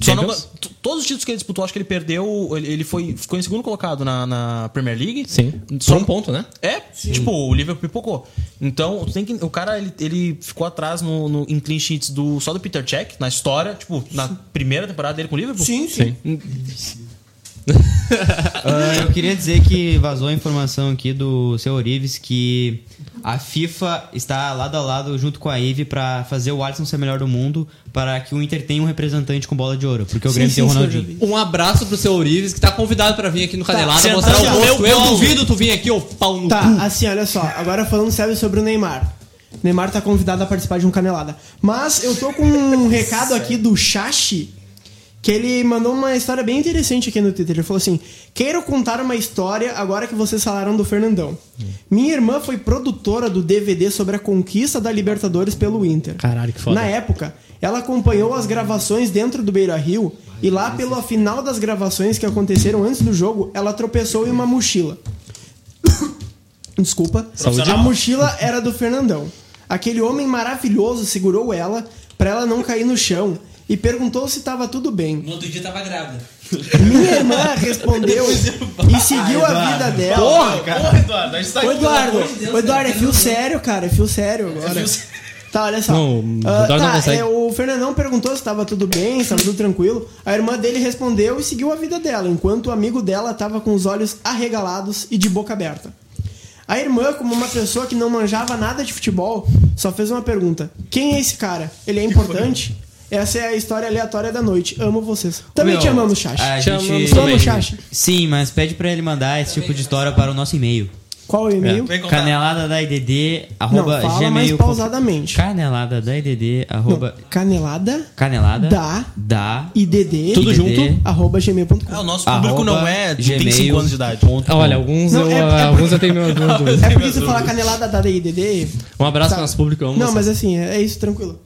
Só não Champions? gan- t- todos os títulos que ele disputou, acho que ele perdeu. Ele, ele foi, ficou em segundo colocado na, na Premier League. Sim. Só Só um ponto, né? é, tipo, o Liverpool pipocou. Então, tu tem que, o cara, ele, ele ficou atrás no, no, em clean sheets do, só do Peter Cech, na história, tipo, na primeira temporada dele com o Liverpool. Sim, sim. Ah, eu queria dizer que vazou a informação aqui do seu Orives que a FIFA está lado a lado junto com a IVE para fazer o Alisson ser o melhor do mundo para que o Inter tenha um representante com bola de ouro, porque o Grêmio tem o Ronaldinho. Um abraço pro seu Orives, que tá convidado pra vir aqui no Canelada sentado mostrar o no rosto. meu Eu colo. duvido tu vir aqui, ô pau no cu. Tá, assim, olha só. Agora falando sério sobre o Neymar. O Neymar tá convidado a participar de um canelada. Mas eu tô com um recado aqui do Chachi, que ele mandou uma história bem interessante aqui no Twitter. Ele falou assim: Quero contar uma história agora que vocês falaram do Fernandão. Minha irmã foi produtora do DVD sobre a conquista da Libertadores pelo Inter. Caralho, que foda. Na época, ela acompanhou as gravações dentro do Beira Rio e lá pelo final das gravações que aconteceram antes do jogo, ela tropeçou em uma mochila. Desculpa. A mochila era do Fernandão. Aquele homem maravilhoso segurou ela pra ela não cair no chão e perguntou se tava tudo bem. No outro dia tava grávida. Minha irmã respondeu e seguiu a vida dela. Porra, Eduardo, a gente tá Ô, aqui. Eduardo, amor de Deus, ô, Eduardo, é cara, fio não- sério, cara, é fio sério agora. Tá, olha só. Não, o Ah, Eduardo não tá, consegue. é, o Fernandão perguntou se tava tudo bem, se tava tudo tranquilo. A irmã dele respondeu e seguiu a vida dela, enquanto o amigo dela tava com os olhos arregalados e de boca aberta. A irmã, como uma pessoa que não manjava nada de futebol, só fez uma pergunta: Quem é esse cara? Ele é importante? Essa é a história aleatória da noite. Amo vocês. Também Meu, te amamos, Chachi. a Te gente- amamos Te amo, também. Chachi. Sim, mas pede para ele mandar esse tipo de história para o nosso e-mail. Qual é o e-mail? Vem contar. Canelada da IDD, Não, arroba fala mais gmail. pausadamente. Canelada da IDD, Não, arroba canelada canelada Da. da idd Tudo IDD, junto? arroba É, o gmail.com. nosso público arroba não é de 25 gmail anos de idade. ponto com. Olha, alguns, Não, eu, ah, é- é alguns eu tenho minhas minhas dúvidas. É porque se falar canelada da idd. Um abraço pro nosso público, eu amo Não, vocês. mas assim, é é isso, tranquilo.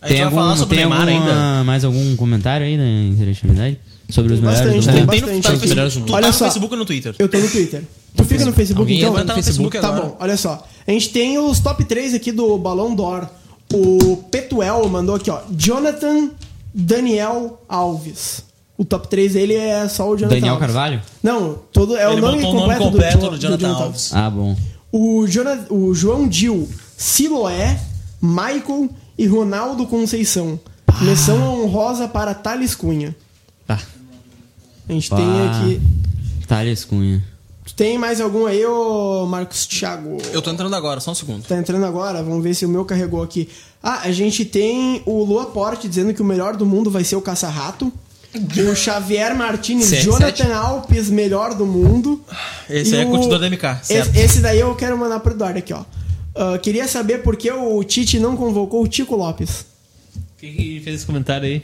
A gente vai falar sobre o tem Neymar alguma- ainda. Mais algum comentário aí da interatividade? Sobre os melhores Bastante, do tem mundo? Tem no, tá no bastante. Facebook, tu Olha tá no só. Facebook e no Twitter. Eu tô no Twitter. Tu fica no Facebook Alguém então? entra no Tá bom. Facebook tá agora. bom, olha só. A gente tem os top 3 aqui do Balão d'Or. O Petuel mandou aqui, ó. Jonathan Daniel Alves. O top 3 dele é só o Jonathan Daniel Alves. Carvalho? Não, todo, é o Ele nome botou o nome completo completo, do, Jo- do Jonathan Alves. Ah, bom. O, Jona- o João Dil, Siloé, Michael e Ronaldo Conceição. Menção honrosa para Thales Cunha. Tá. A gente Pá. tem aqui. Thales Cunha. Tu tem mais algum aí, ô Marcos Thiago? Eu tô entrando agora, só um segundo. Tá entrando agora, vamos ver se o meu carregou aqui. Ah, a gente tem o Lua Porte dizendo que o melhor do mundo vai ser o Caça-Rato. O Xavier Martinez, Sete, Jonathan Alpes, melhor do mundo. Esse E aí é o- curtidor da MK, certo? Esse, esse daí eu quero mandar pro Eduardo aqui, ó. Ah, queria saber por que o Tite não convocou o Tico Lopes. Quem que fez esse comentário aí?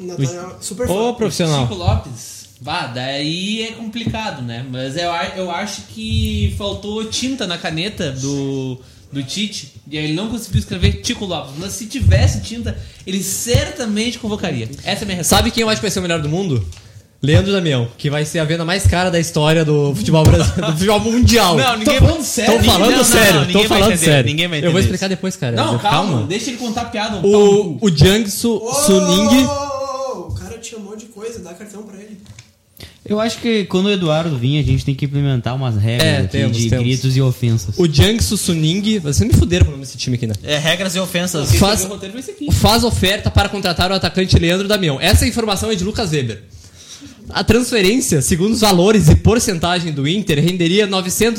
Nathaniel, Super fã. Ô, profissional. Chico Lopes. Bah, daí é complicado, né? Mas eu, a- eu acho que faltou tinta na caneta do, do Tite. E aí ele não conseguiu escrever Tico Lopes. Mas se tivesse tinta, ele certamente convocaria. Essa é a minha resposta. Sabe quem eu acho que vai ser o melhor do mundo? Leandro Damião, que vai ser a venda mais cara da história do futebol brasileiro, do futebol mundial. Não, ninguém- Tô falando sério. Tô falando Não, não, não, sério. ninguém Tô vai falando entender, sério. ninguém vai Eu vou entender explicar depois, cara. Não, calma, Deixa ele contar a piada. um pau no cu. É, O, o Jiangsu Suning. Ô, ô, ô, ô, O cara te chamou de coisa, dá cartão pra ele. Eu acho que quando o Eduardo vir, a gente tem que implementar umas regras É, aqui temos, de temos. gritos e ofensas. O Jiangsu Suning. Vocês me fuderam com o nome desse time aqui, né? É regras e ofensas. Quem faz- escreveu o roteiro foi esse aqui. Faz oferta para contratar o atacante Leandro Damião. Essa informação é de Lucas Weber. A transferência, segundo os valores e porcentagem do Inter, renderia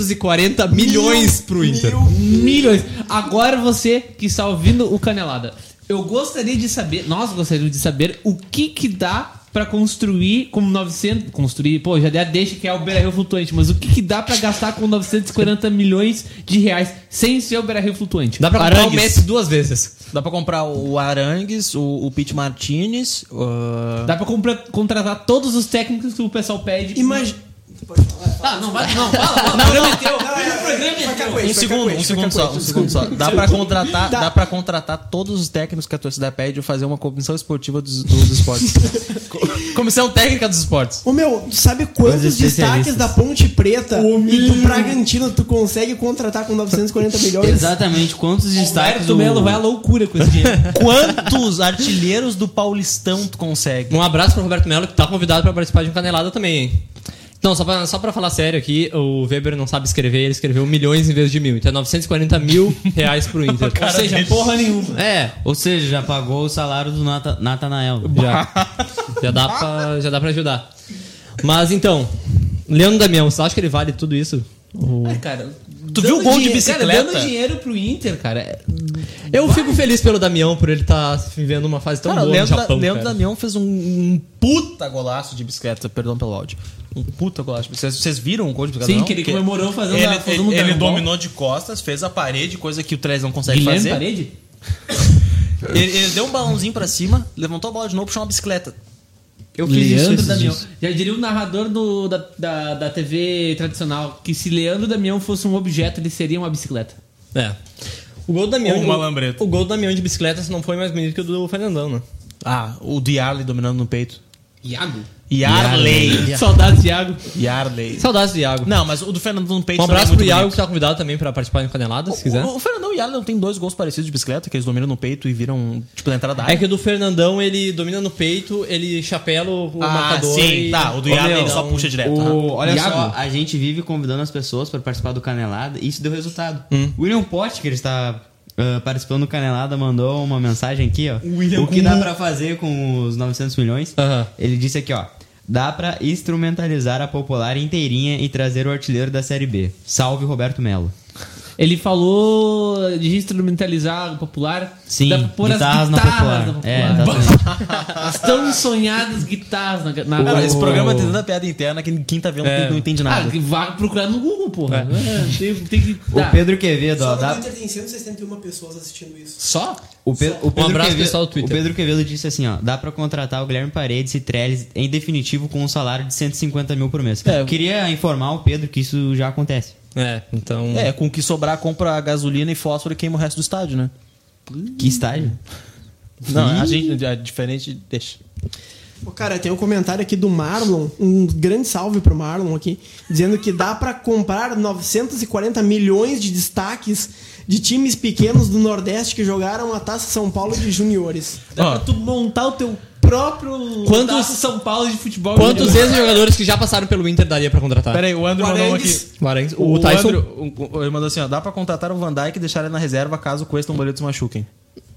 940 milhões pro Inter. milhões. Agora você que está ouvindo o Canelada, eu gostaria de saber, nós gostaríamos de saber o que que dá pra construir com 900, construir, pô, já dei a deixa que é o Beira-Rio flutuante, mas o que que dá pra gastar com 940 milhões de reais sem ser o Beira-Rio flutuante? Dá pra comprar o Arangues. Messi duas vezes. Dá pra comprar o Arangues, o, o Pete Martinez. ah, Dá pra compra- contratar todos os técnicos que o pessoal pede. Imagina. Ah, não, vai, não, fala, fala. Não, não, meteu. é, O programa é vai teu. Um com ele, vai com segundo, ele, um vai segundo com só, ele. um segundo só. Dá pra contratar, Tá. dá para contratar todos os técnicos que a torcida pede e fazer uma comissão esportiva dos, do- dos esportes. Co- comissão técnica dos esportes. Ô meu, tu sabe quantos Os destaques especialistas. da Ponte Preta e do Bragantino tu consegue contratar com 940 milhões? Exatamente, quantos destaques Roberto Melo vai à loucura com esse dinheiro. Quantos artilheiros do Paulistão tu consegue? Um abraço pro Roberto Melo, que tá convidado pra participar de um Canelada também, hein? Não, só pra, só pra falar sério aqui, o Weber não sabe escrever, ele escreveu milhões em vez de mil. Então é 940 mil reais pro Inter. Ou seja, porra nenhuma. é, Ou seja, já pagou o salário do Nata- Natanael. já. já, dá pra, já dá pra ajudar. Mas então, Leandro Damião, você acha que ele vale tudo isso? Ah, cara, dando Tu viu o gol de dinhe- bicicleta? Cara, dando dinheiro pro Inter, cara. é- Eu fico feliz pelo Damião por ele estar vivendo uma fase tão Cara, boa Leandro, no Japão, Leandro cara. Damião fez um, um puta golaço de bicicleta, perdão pelo áudio. Um puta golaço de bicicleta. Vocês viram o gol de bicicleta? Sim, não? que ele Porque comemorou fazendo Ele, a- fazendo um ele- ele Dragon Ball. dominou de costas, fez a parede, coisa que o Trez não consegue Guilherme fazer. Parede? Ele, ele deu um balãozinho pra cima, levantou a bola de novo, puxou uma bicicleta. Eu Leandro esses Damião. dias. Já diria o narrador do- da, da, da TV tradicional que se Leandro Damião fosse um objeto, ele seria uma bicicleta. É. O gol do Damião. Ou de- uma lambreta. O gol do Damião de bicicleta não foi mais bonito que o do Fernandão, né? Ah, o de Yarley dominando no peito. Iago? Yarley. Saudades, Iago. Yarley. Saudades do Iago. Não, mas o do Fernandão no peito Um também é abraço muito pro Iago bonito. que tá convidado também pra participar do Canelada, se quiser. O, o Fernandão e o Yarley não tem dois gols parecidos de bicicleta, que eles dominam no peito e viram, tipo, na entrada da É área. que o do Fernandão ele domina no peito, ele chapela o Ah, marcador. sim, e- tá, o do Ô, Yarley meu, ele só não- puxa direto. tá. O- olha Iago. só, a gente vive convidando as pessoas para participar do Canelada e isso deu resultado. William Pote, que ele está ah, participando do Canelada, mandou uma mensagem aqui, ó. o que dá para fazer com os 900 milhões? Aham. Ele disse aqui, ó. Dá pra instrumentalizar a popular inteirinha e trazer o artilheiro da Série B. Salve Roberto Melo. Ele falou de instrumentalizar o popular. Sim, Dá pra pôr as guitarras na popular. da É, As tão sonhadas guitarras na... na Cara, na- esse programa tem tanta piada interna que quem tá vendo É. não entende Ah, nada. que vá procurar no Google, porra. É, tem, tem que... O Tá. Pedro Quevedo, ó. Só Dá, no Twitter tem 161 pessoas assistindo isso. Só? O, Pe- o Pedro Um abraço, Quevedo, pessoal do Twitter. O Pedro Quevedo disse assim, ó, dá pra contratar o Guilherme Paredes e Trellis em definitivo com um salário de 150 mil por mês. É. Queria informar o Pedro que isso já acontece. É, então. É, com o que sobrar, compra gasolina e fósforo e queima o resto do estádio, né? Que estágio? Não, a gente é diferente, deixa. Ô, Cara, tem um comentário aqui do Marlon, um grande salve pro Marlon aqui, dizendo que dá pra comprar 940 milhões de destaques de times pequenos do Nordeste que jogaram a Taça São Paulo de juniores. Dá pra tu montar o teu próprio... Quantos- Taça São Paulo de futebol. Quantos ex-jogadores que já passaram pelo Inter daria pra contratar? Pera aí, o Andrew mandou um aqui. Guarangues- O, O, Tyson. Andrew, o- o- ele mandou assim, ó, dá pra contratar o Van Dijk e deixar ele na reserva caso o Cuesta e o Moledo se machuquem.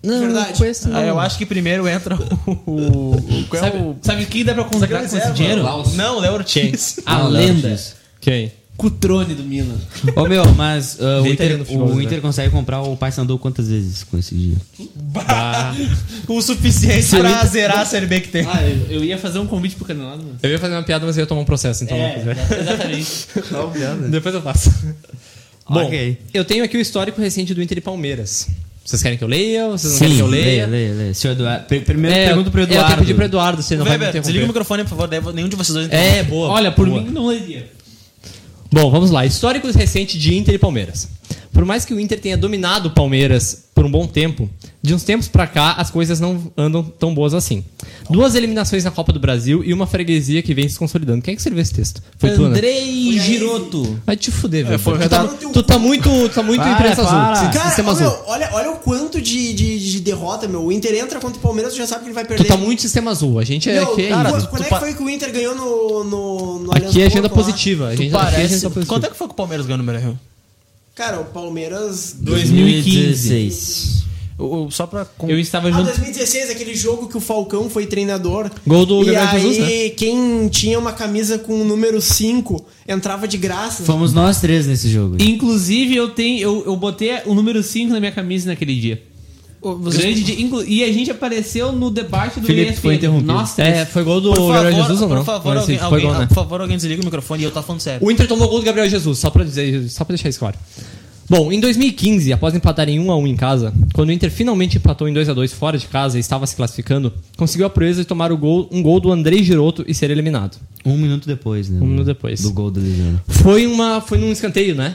Não, Verdade. com esse não. Ah, eu acho que primeiro entra o... o, o qual é Sabe, o... sabe quem dá pra contratar com esse dinheiro? Ah, Não, o Léo Ortiz. A lenda. Quem? Cutrone do Milan. Ô meu, mas ah, o Veterano Inter, futebol, o né? Inter consegue comprar o Paysandu quantas vezes com esse dinheiro? o suficiente Se pra ele- zerar a Série B que tem. Ah, eu, eu ia fazer um convite pro Canelado, mano. Eu ia fazer uma piada, mas eu ia tomar um processo, então É. não fizer. exatamente. Depois eu faço. Bom, Ok. eu tenho aqui o histórico recente do Inter e Palmeiras. Vocês querem que eu leia? ou Vocês não querem que eu leia? leia, leia, leia. Senhor Eduardo, pr- primeiro É, pergunta pro Eu Eduardo. tenho que pedir pro Eduardo, você não vai Weber, me desliga o interromper. microfone, por favor. daí Nenhum de vocês dois É, boa. Olha, por boa. mim não leria. Bom, vamos lá. Históricos recentes de Inter e Palmeiras. Por mais que o Inter tenha dominado o Palmeiras por um bom tempo, de uns tempos pra cá as coisas não andam tão boas assim. Duas eliminações na Copa do Brasil e uma freguesia que vem se consolidando. Quem é que escreveu esse texto? Foi tu, né? Andrei Giroto. Vai te fuder, É, velho. foi o tu, tá, Renato. tu tá muito, tu tá muito Para, imprensa para. azul. Cara, sistema ô, azul. meu, olha, olha o quanto de, de, de derrota, meu. O Inter entra contra o Palmeiras, tu já sabe que ele vai Tu perder. tá muito sistema azul. A gente é. Meu, aqui é cara, isso. quando quando Tu é pa- que foi que o Inter ganhou no, no, no Allianz Aqui é agenda Parque lá? positiva. A gente, aqui é Parece... agenda positiva. Quanto é que foi que o Palmeiras ganhou no Beira-Rio? Cara, o Palmeiras... 2016. O- o- Só pra... con- Eu estava Ah, junto. 2016, aquele jogo que o Falcão foi treinador. Gol do e Gabriel aí, Jesus, né? quem tinha uma camisa com o número 5 entrava de graça. um Fomos nós três nesse jogo. Inclusive, eu tenho. Eu, eu botei o número 5 na minha camisa naquele dia. Grande dia. Inclu- E a gente apareceu no debate do Felipe, tu foi interrompido. Nossa, É, foi gol do Por favor, Gabriel Jesus ou não? Por favor, Não, esse alguém, foi alguém- gol, né? por favor, alguém desliga o microfone e eu tô falando sério. O Inter tomou gol do Gabriel Jesus, só pra dizer, só pra deixar isso claro. Bom, em 2015, após empatar em 1 a 1 em casa, quando o Inter finalmente empatou em 2 a 2 fora de casa e estava se classificando, conseguiu a proeza de tomar o gol, um gol do Andrei Giroto e ser eliminado. Um minuto depois, né? Um minuto depois. Do gol do Lisandro. Foi uma, foi num escanteio, né?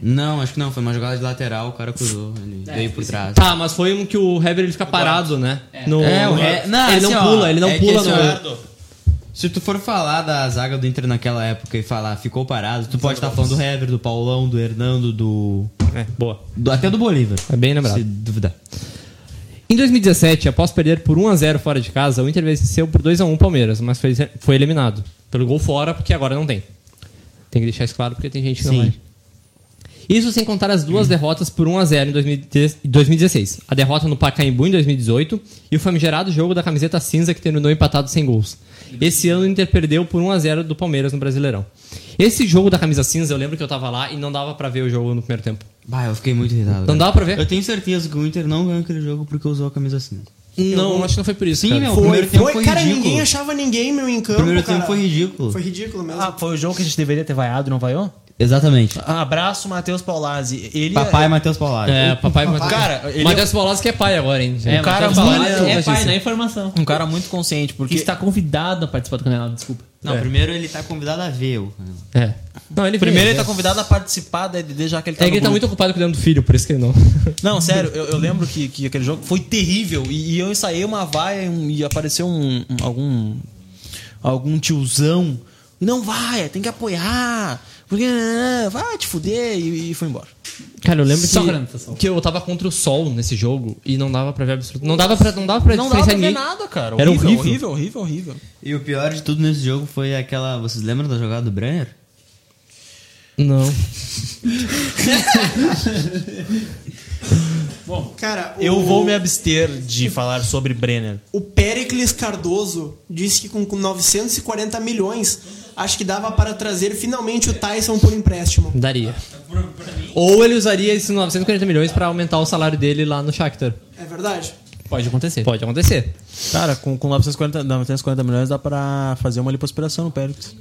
Não, acho que não. Foi uma jogada de lateral, o cara cruzou. Ele veio por trás. Tá, mas foi um que o Heber ele fica parado, né? No- É, o He- não, ele assim, não ó, pula, ele não é que pula esse no. Eduardo- Se tu for falar da zaga do Inter naquela época e falar ficou parado, tu pode estar falando do Hever, do Paulão, do Hernando, do. É, boa. do- até do Bolívar. É bem lembrado. Se duvidar. Em 2017, após perder por 1x0 fora de casa, o Inter venceu por 2x1 o Palmeiras, mas foi, foi eliminado. Pelo gol fora, porque agora não tem. Tem que deixar isso claro, porque tem gente que não Sim. vai. Isso sem contar as duas derrotas por 1x0 em 2010 2016. A derrota no Pacaembu em 2018 e o famigerado jogo da camiseta cinza que terminou empatado sem gols. Esse ano o Inter perdeu por 1x0 do Palmeiras no Brasileirão. Esse jogo da camisa cinza, eu lembro que eu tava lá e não dava pra ver o jogo no primeiro tempo. Bah, eu fiquei muito irritado. Não cara. dava pra ver? Eu tenho certeza que o Inter não ganhou aquele jogo porque usou a camisa cinza. Não, acho que não foi por isso. Sim, cara. meu, o Foi, primeiro tempo foi, foi cara, ridículo. ninguém achava ninguém, meu, em campo, O primeiro cara. tempo foi ridículo. Foi ridículo mesmo. Ah, foi o jogo que a gente deveria ter vaiado, não vaiou? Exatamente. Abraço, Matheus Paulazzi. Ele Papai Matheus Paulado. É, papai Matheus. Cara, ele- Matheus Paulazzi que é pai agora, hein? É, É, o cara cara Matheus muito- Paulazzi é é pai notícia. na informação. Um cara muito consciente, porque... Que está convidado a participar do canal, desculpa. Não, primeiro ele tá convidado a ver o. É. Não, ele Primeiro ele tá é. convidado a participar da LD, já que ele tá É no que ele tá grupo. muito ocupado cuidando do filho, por isso que ele não. Não, sério, eu, eu lembro que, que aquele jogo foi terrível. E, e eu ensaiei uma vaia e, um- e apareceu um, um- algum. algum tiozão. Não vai, tem que apoiar. Porque ah, vai te fuder e, e foi embora. Cara, eu lembro Só granata, só. que, que eu tava contra o sol nesse jogo e não dava pra ver absoluto. Não dava pra, não dava pra não dava diferenciar pra ver ninguém. nada, cara. Era horrível, horrível. horrível, horrível, horrível. E o pior de tudo nesse jogo foi aquela. Vocês lembram da jogada do Brenner? Não. Cara, o, Eu vou me abster de falar sobre Brenner. o Péricles Cardoso disse que com 940 milhões, acho que dava para trazer finalmente o Tyson por empréstimo. Daria. Ou ele usaria esses 940 milhões pra aumentar o salário dele lá no Shakhtar. É verdade? Pode acontecer. Pode acontecer. Cara, com, com 940, 940 milhões dá pra fazer uma lipospiração no Pérez.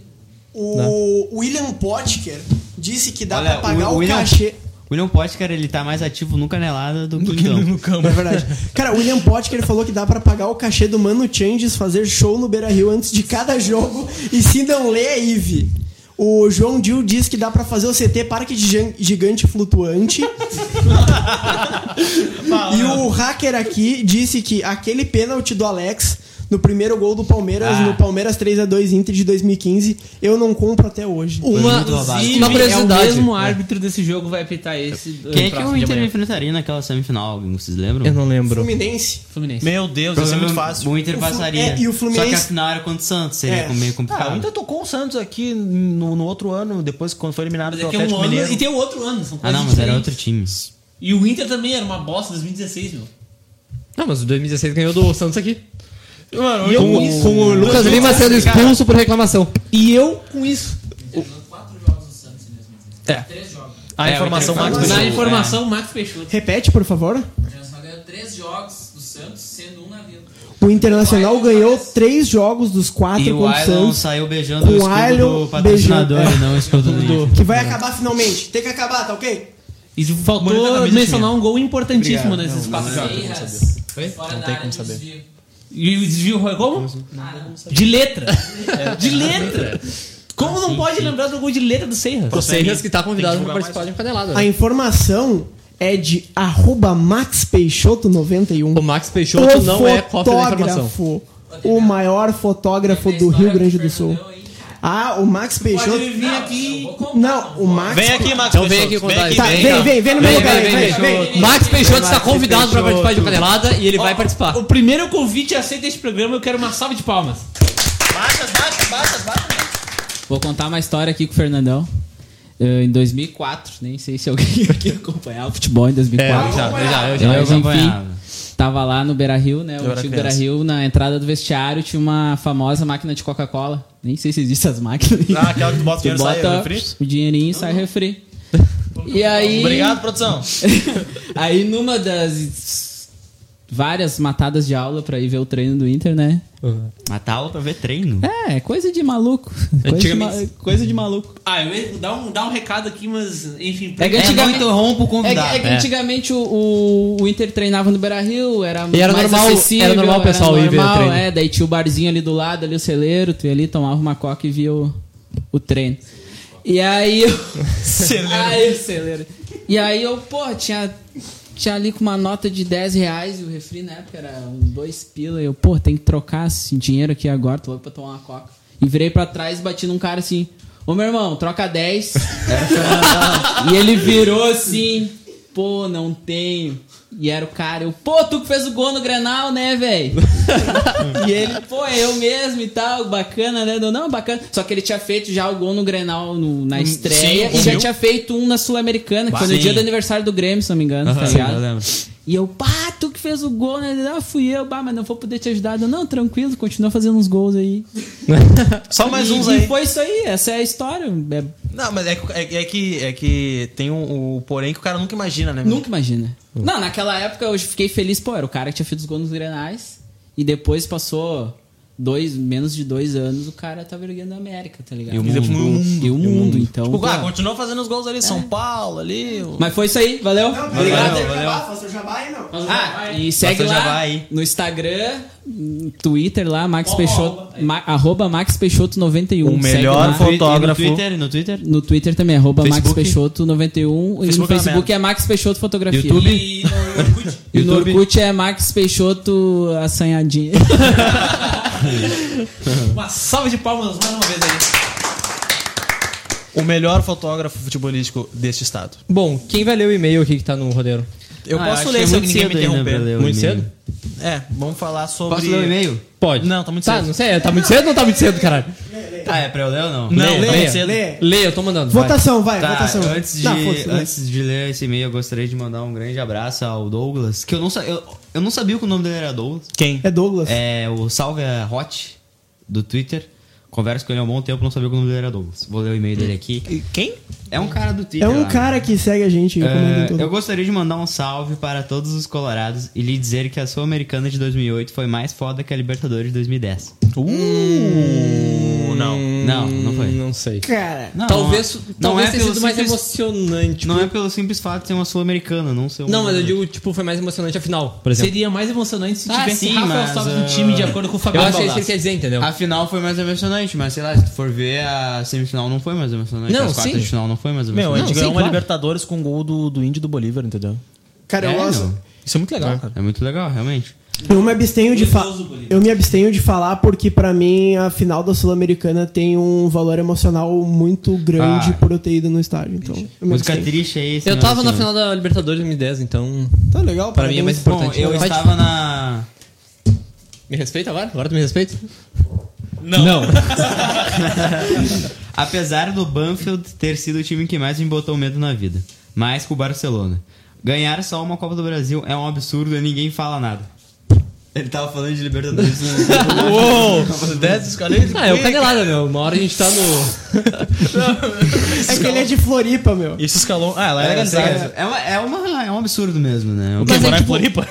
O William Potker disse que dá Olha, pra pagar o o, William- cachê. O William Potker, ele tá mais ativo no Canelada do que no campo. É verdade. Cara, o William Potker falou que dá pra pagar o cachê do Mano Changes fazer show no Beira Rio antes de cada jogo e se não lê é Ive. O João Dil diz que dá pra fazer o CT Parque de Gian- Gigante Flutuante. e o hacker aqui disse que aquele pênalti do Alex no primeiro gol do Palmeiras, Ah. no Palmeiras 3x2 Inter de 2015, eu não compro até hoje. Uma, muito roubado. uma curiosidade. É o mesmo árbitro desse jogo vai apitar esse. do Quem é que próximo o de Inter amanhã. enfrentaria naquela semifinal? alguém? Vocês lembram? Eu não lembro. Fluminense. Fluminense. Meu Deus, isso é muito fácil. O O Inter Flu- passaria. é, e o Fluminense- Só que a final era contra o Santos, seria É. meio Ah, complicado. ainda tocou o Santos aqui no, no outro ano, depois quando foi eliminado Mas é pelo que é um Atlético ano Mineiro. e tem o outro ano. São Ah, coisas não, mas era diferentes. outro time. E o Inter também era uma bosta 2016, meu. Não, mas o 2016 ganhou do Santos aqui. Mano, Com, com o Lucas Lima sendo expulso por reclamação. E eu com isso. A É, informação o Inter mais faz- Na é. informação, o Max Peixoto. Repete, por favor. O Internacional ganhou três jogos do Santos, sendo um na vida. O Internacional ganhou três jogos dos Ah, quatro E o contra o Ailon Santos, saiu beijando o O escudo Ailon do patrocinador beijou- e não o escudo do Inter. que vai acabar finalmente. Tem que acabar, tá ok? E Bonita faltou camisa mencionar um gol importantíssimo Obrigado. nesses quatro jogos. Eiras, Foi? fora Não da tem área como de saber. desvio. E o desvio foi como? De letra. É. De letra. Como Ah, não pode lembrar do gol de letra do Seiras? O Seixas que tá convidado Tem que pra divulgar participar de um canelada. A informação é de arroba O maxpeixoto91. Max Peixoto não é cópia da informação. fotógrafo, o maior fotógrafo do Rio Grande do Sul. Ah, o Max Pode Peixoto... vir aqui. Não, o Max... Vem aqui, Max. Então vem Peixoto. aqui contar aqui, isso. Tá, vem, vem, tá. vem, vem no meu lugar, vem, vem, vem. Max Peixoto está Max convidado pra Peixoto. participar de um canelada e ele vai participar. O primeiro convite aceita este programa, eu quero uma salva de palmas. Baixas, baixas, baixas, baixas. Vou contar uma história aqui com o Fernandão. Eh, em 2004, nem sei se alguém aqui acompanhava o futebol em 2004. já, eu já, É, eu já. Mas, Eu enfim, acompanhava. tava lá no Beira Rio, né? Eu O era antigo Beira criança. Rio, na entrada do vestiário, tinha uma famosa máquina de Coca-Cola. Nem sei se existem as máquinas. Ah, aquela que tu bota o dinheiro e sai bota refri? o dinheirinho e sai refri. E aí. Obrigado, produção. aí numa das várias matadas de aula pra ir ver o treino do Inter, né? Matar aula tá pra ver treino. É, coisa de maluco. Coisa, de, ma- Antigamente- coisa de maluco. Ah, eu ia dar um, dar um recado aqui, mas enfim. É que É, não antigamente, interrompa o é que- convidado. é que antigamente o, o- o Inter treinava no Beira Rio, era E era mais normal- acessível, era normal o pessoal ir ver o normal, treino. É, daí tinha o barzinho ali do lado, ali o celeiro, tu ia ali, tomava uma coca e via o, o treino. E aí eu. celeiro. Aí, o celeiro. E aí eu, pô, tinha, tinha ali com uma nota de 10 reais e o refri na época era uns dois pila. E eu, pô, tem que trocar esse dinheiro aqui agora, tô louco pra tomar uma coca. E virei pra trás e bati num cara assim. Ô meu irmão, troca 10. E ele virou assim, pô, não tenho. E era o cara, eu, pô, tu que fez o gol no Grenal, né, velho? e ele, pô, é eu mesmo e tal, bacana, né? Eu, Não, bacana. Só que ele tinha feito já o gol no Grenal no- na estreia e já tinha feito um na Sul-Americana, que foi no dia do aniversário do Grêmio, se não me engano, tá ligado? E eu, pá, tu que fez o gol, né? Ele, Ah, fui eu, bah, mas não vou poder te ajudar. Eu, não, tranquilo, continua fazendo uns gols aí. Só mais e, uns e aí. foi isso aí, essa é a história. É- Não, mas é, que- é- é que, é que tem um, o porém que o cara nunca imagina, né? meu? Nunca imagina. Não, naquela época eu fiquei feliz, pô, era o cara que tinha feito os gols nos Grenais e depois passou dois, menos de dois anos, o cara tava erguendo a América, tá ligado? E o E mundo. mundo, e o mundo, então. Tipo, pô. ah, continuou fazendo os gols ali, São É. Paulo, ali. o- Mas foi isso aí, valeu? Não, é Obrigado. valeu, valeu. Faça o jabá aí, não. Ah, e segue Faça o jabá lá aí. no Instagram, no Twitter lá, Max Peixoto, ma- arroba Max Peixoto 91. O segue melhor lá. foi- Fotógrafo. E no Twitter, no Twitter. No Twitter também, arroba Max Facebook. Peixoto 91. E no Facebook é uma Facebook é Max Peixoto Fotografia. YouTube. E no Orkut. E no YouTube. Orkut é Max Peixoto assanhadinho. Uma salva de palmas mais uma vez aí. O melhor fotógrafo futebolístico deste estado. Bom, quem vai ler o e-mail aqui que tá no roteiro? Eu Ah, acho posso que é ler se muito ninguém me cedo ainda pra interromper. ler o Muito e-mail. cedo? É, vamos falar sobre. Posso ler o e-mail? Pode. Não, tá muito Tá, cedo. não sei, tá muito cedo ou não tá muito cedo, caralho? Ah, é pra eu ler ou não? Não, Lê, tá lê. muito cedo. Lê. Lê, eu tô mandando. vai. Votação, vai, Tá, É, votação. antes de, Não, foda-se, vai. antes de ler esse e-mail, eu gostaria de mandar um grande abraço ao Douglas, que eu não, sa- eu, eu não sabia que o nome dele era Douglas. Quem? É Douglas. É o Salve a Hot, do Twitter. Converso com ele há um bom tempo, não sabia que o nome dele era Douglas. Vou ler o e-mail dele aqui. Quem? É um cara do Twitter. É um lá. cara que segue a gente. eu comento em É, tudo. eu gostaria de mandar um salve para todos os colorados e lhe dizer que a Sul-Americana de 2008 foi mais foda que a Libertadores de 2010. Uh, não. Não, não foi. Não sei. Cara, Não, Hum. talvez não talvez é tenha pelo sido mais simples- emocionante. Não é pelo simples fato de ser uma Sul-Americana, não ser uma. Não, mas eu digo, tipo, foi mais emocionante a final, por exemplo. Seria mais emocionante se Ah, tivesse sim, Rafael mas, Sobis no ah, time, de acordo com o Eu Fabiano acho que é isso que ele Baldasso. quer dizer, entendeu? A final foi mais emocionante, mas sei lá, se tu for ver a semifinal não foi mais emocionante. Não, as quartas sim. de final não foi mais Meu, a emocionante. gente sim, ganhou uma claro. Libertadores com o gol do, do Índio e do Bolívar, entendeu? cara, eu é, gosto. meu, Isso é muito legal, cara. é muito legal, realmente. Eu me abstenho de falar. Curioso, Bolívia. Eu me abstenho de falar porque pra mim a final da Sul-Americana tem um valor emocional muito grande Ah. por eu ter ido no estádio. Então, É eu me Música abstenho. triste é né, aí. Eu senhoras tava e na senhores. final da Libertadores 2010, então. Tá legal Pra mim é mais parabéns. Bom, importante. eu Pode- estava na. Me respeita agora? Agora tu me respeita? Não. Apesar do Banfield ter sido o time que mais me botou medo na vida, mais que o Barcelona. Ganhar só uma Copa do Brasil é um absurdo e ninguém fala nada. Ele tava falando de Libertadores. né? Uou! 10 escolhas. Ah, é o Canelada, meu. Uma hora a gente tá no. É que ele é de Floripa, meu. Isso escalou. Ah, ela é né? legalizada. é, uma, é, uma, é um absurdo mesmo, né? Mas é, um Morar em tipo, Floripa?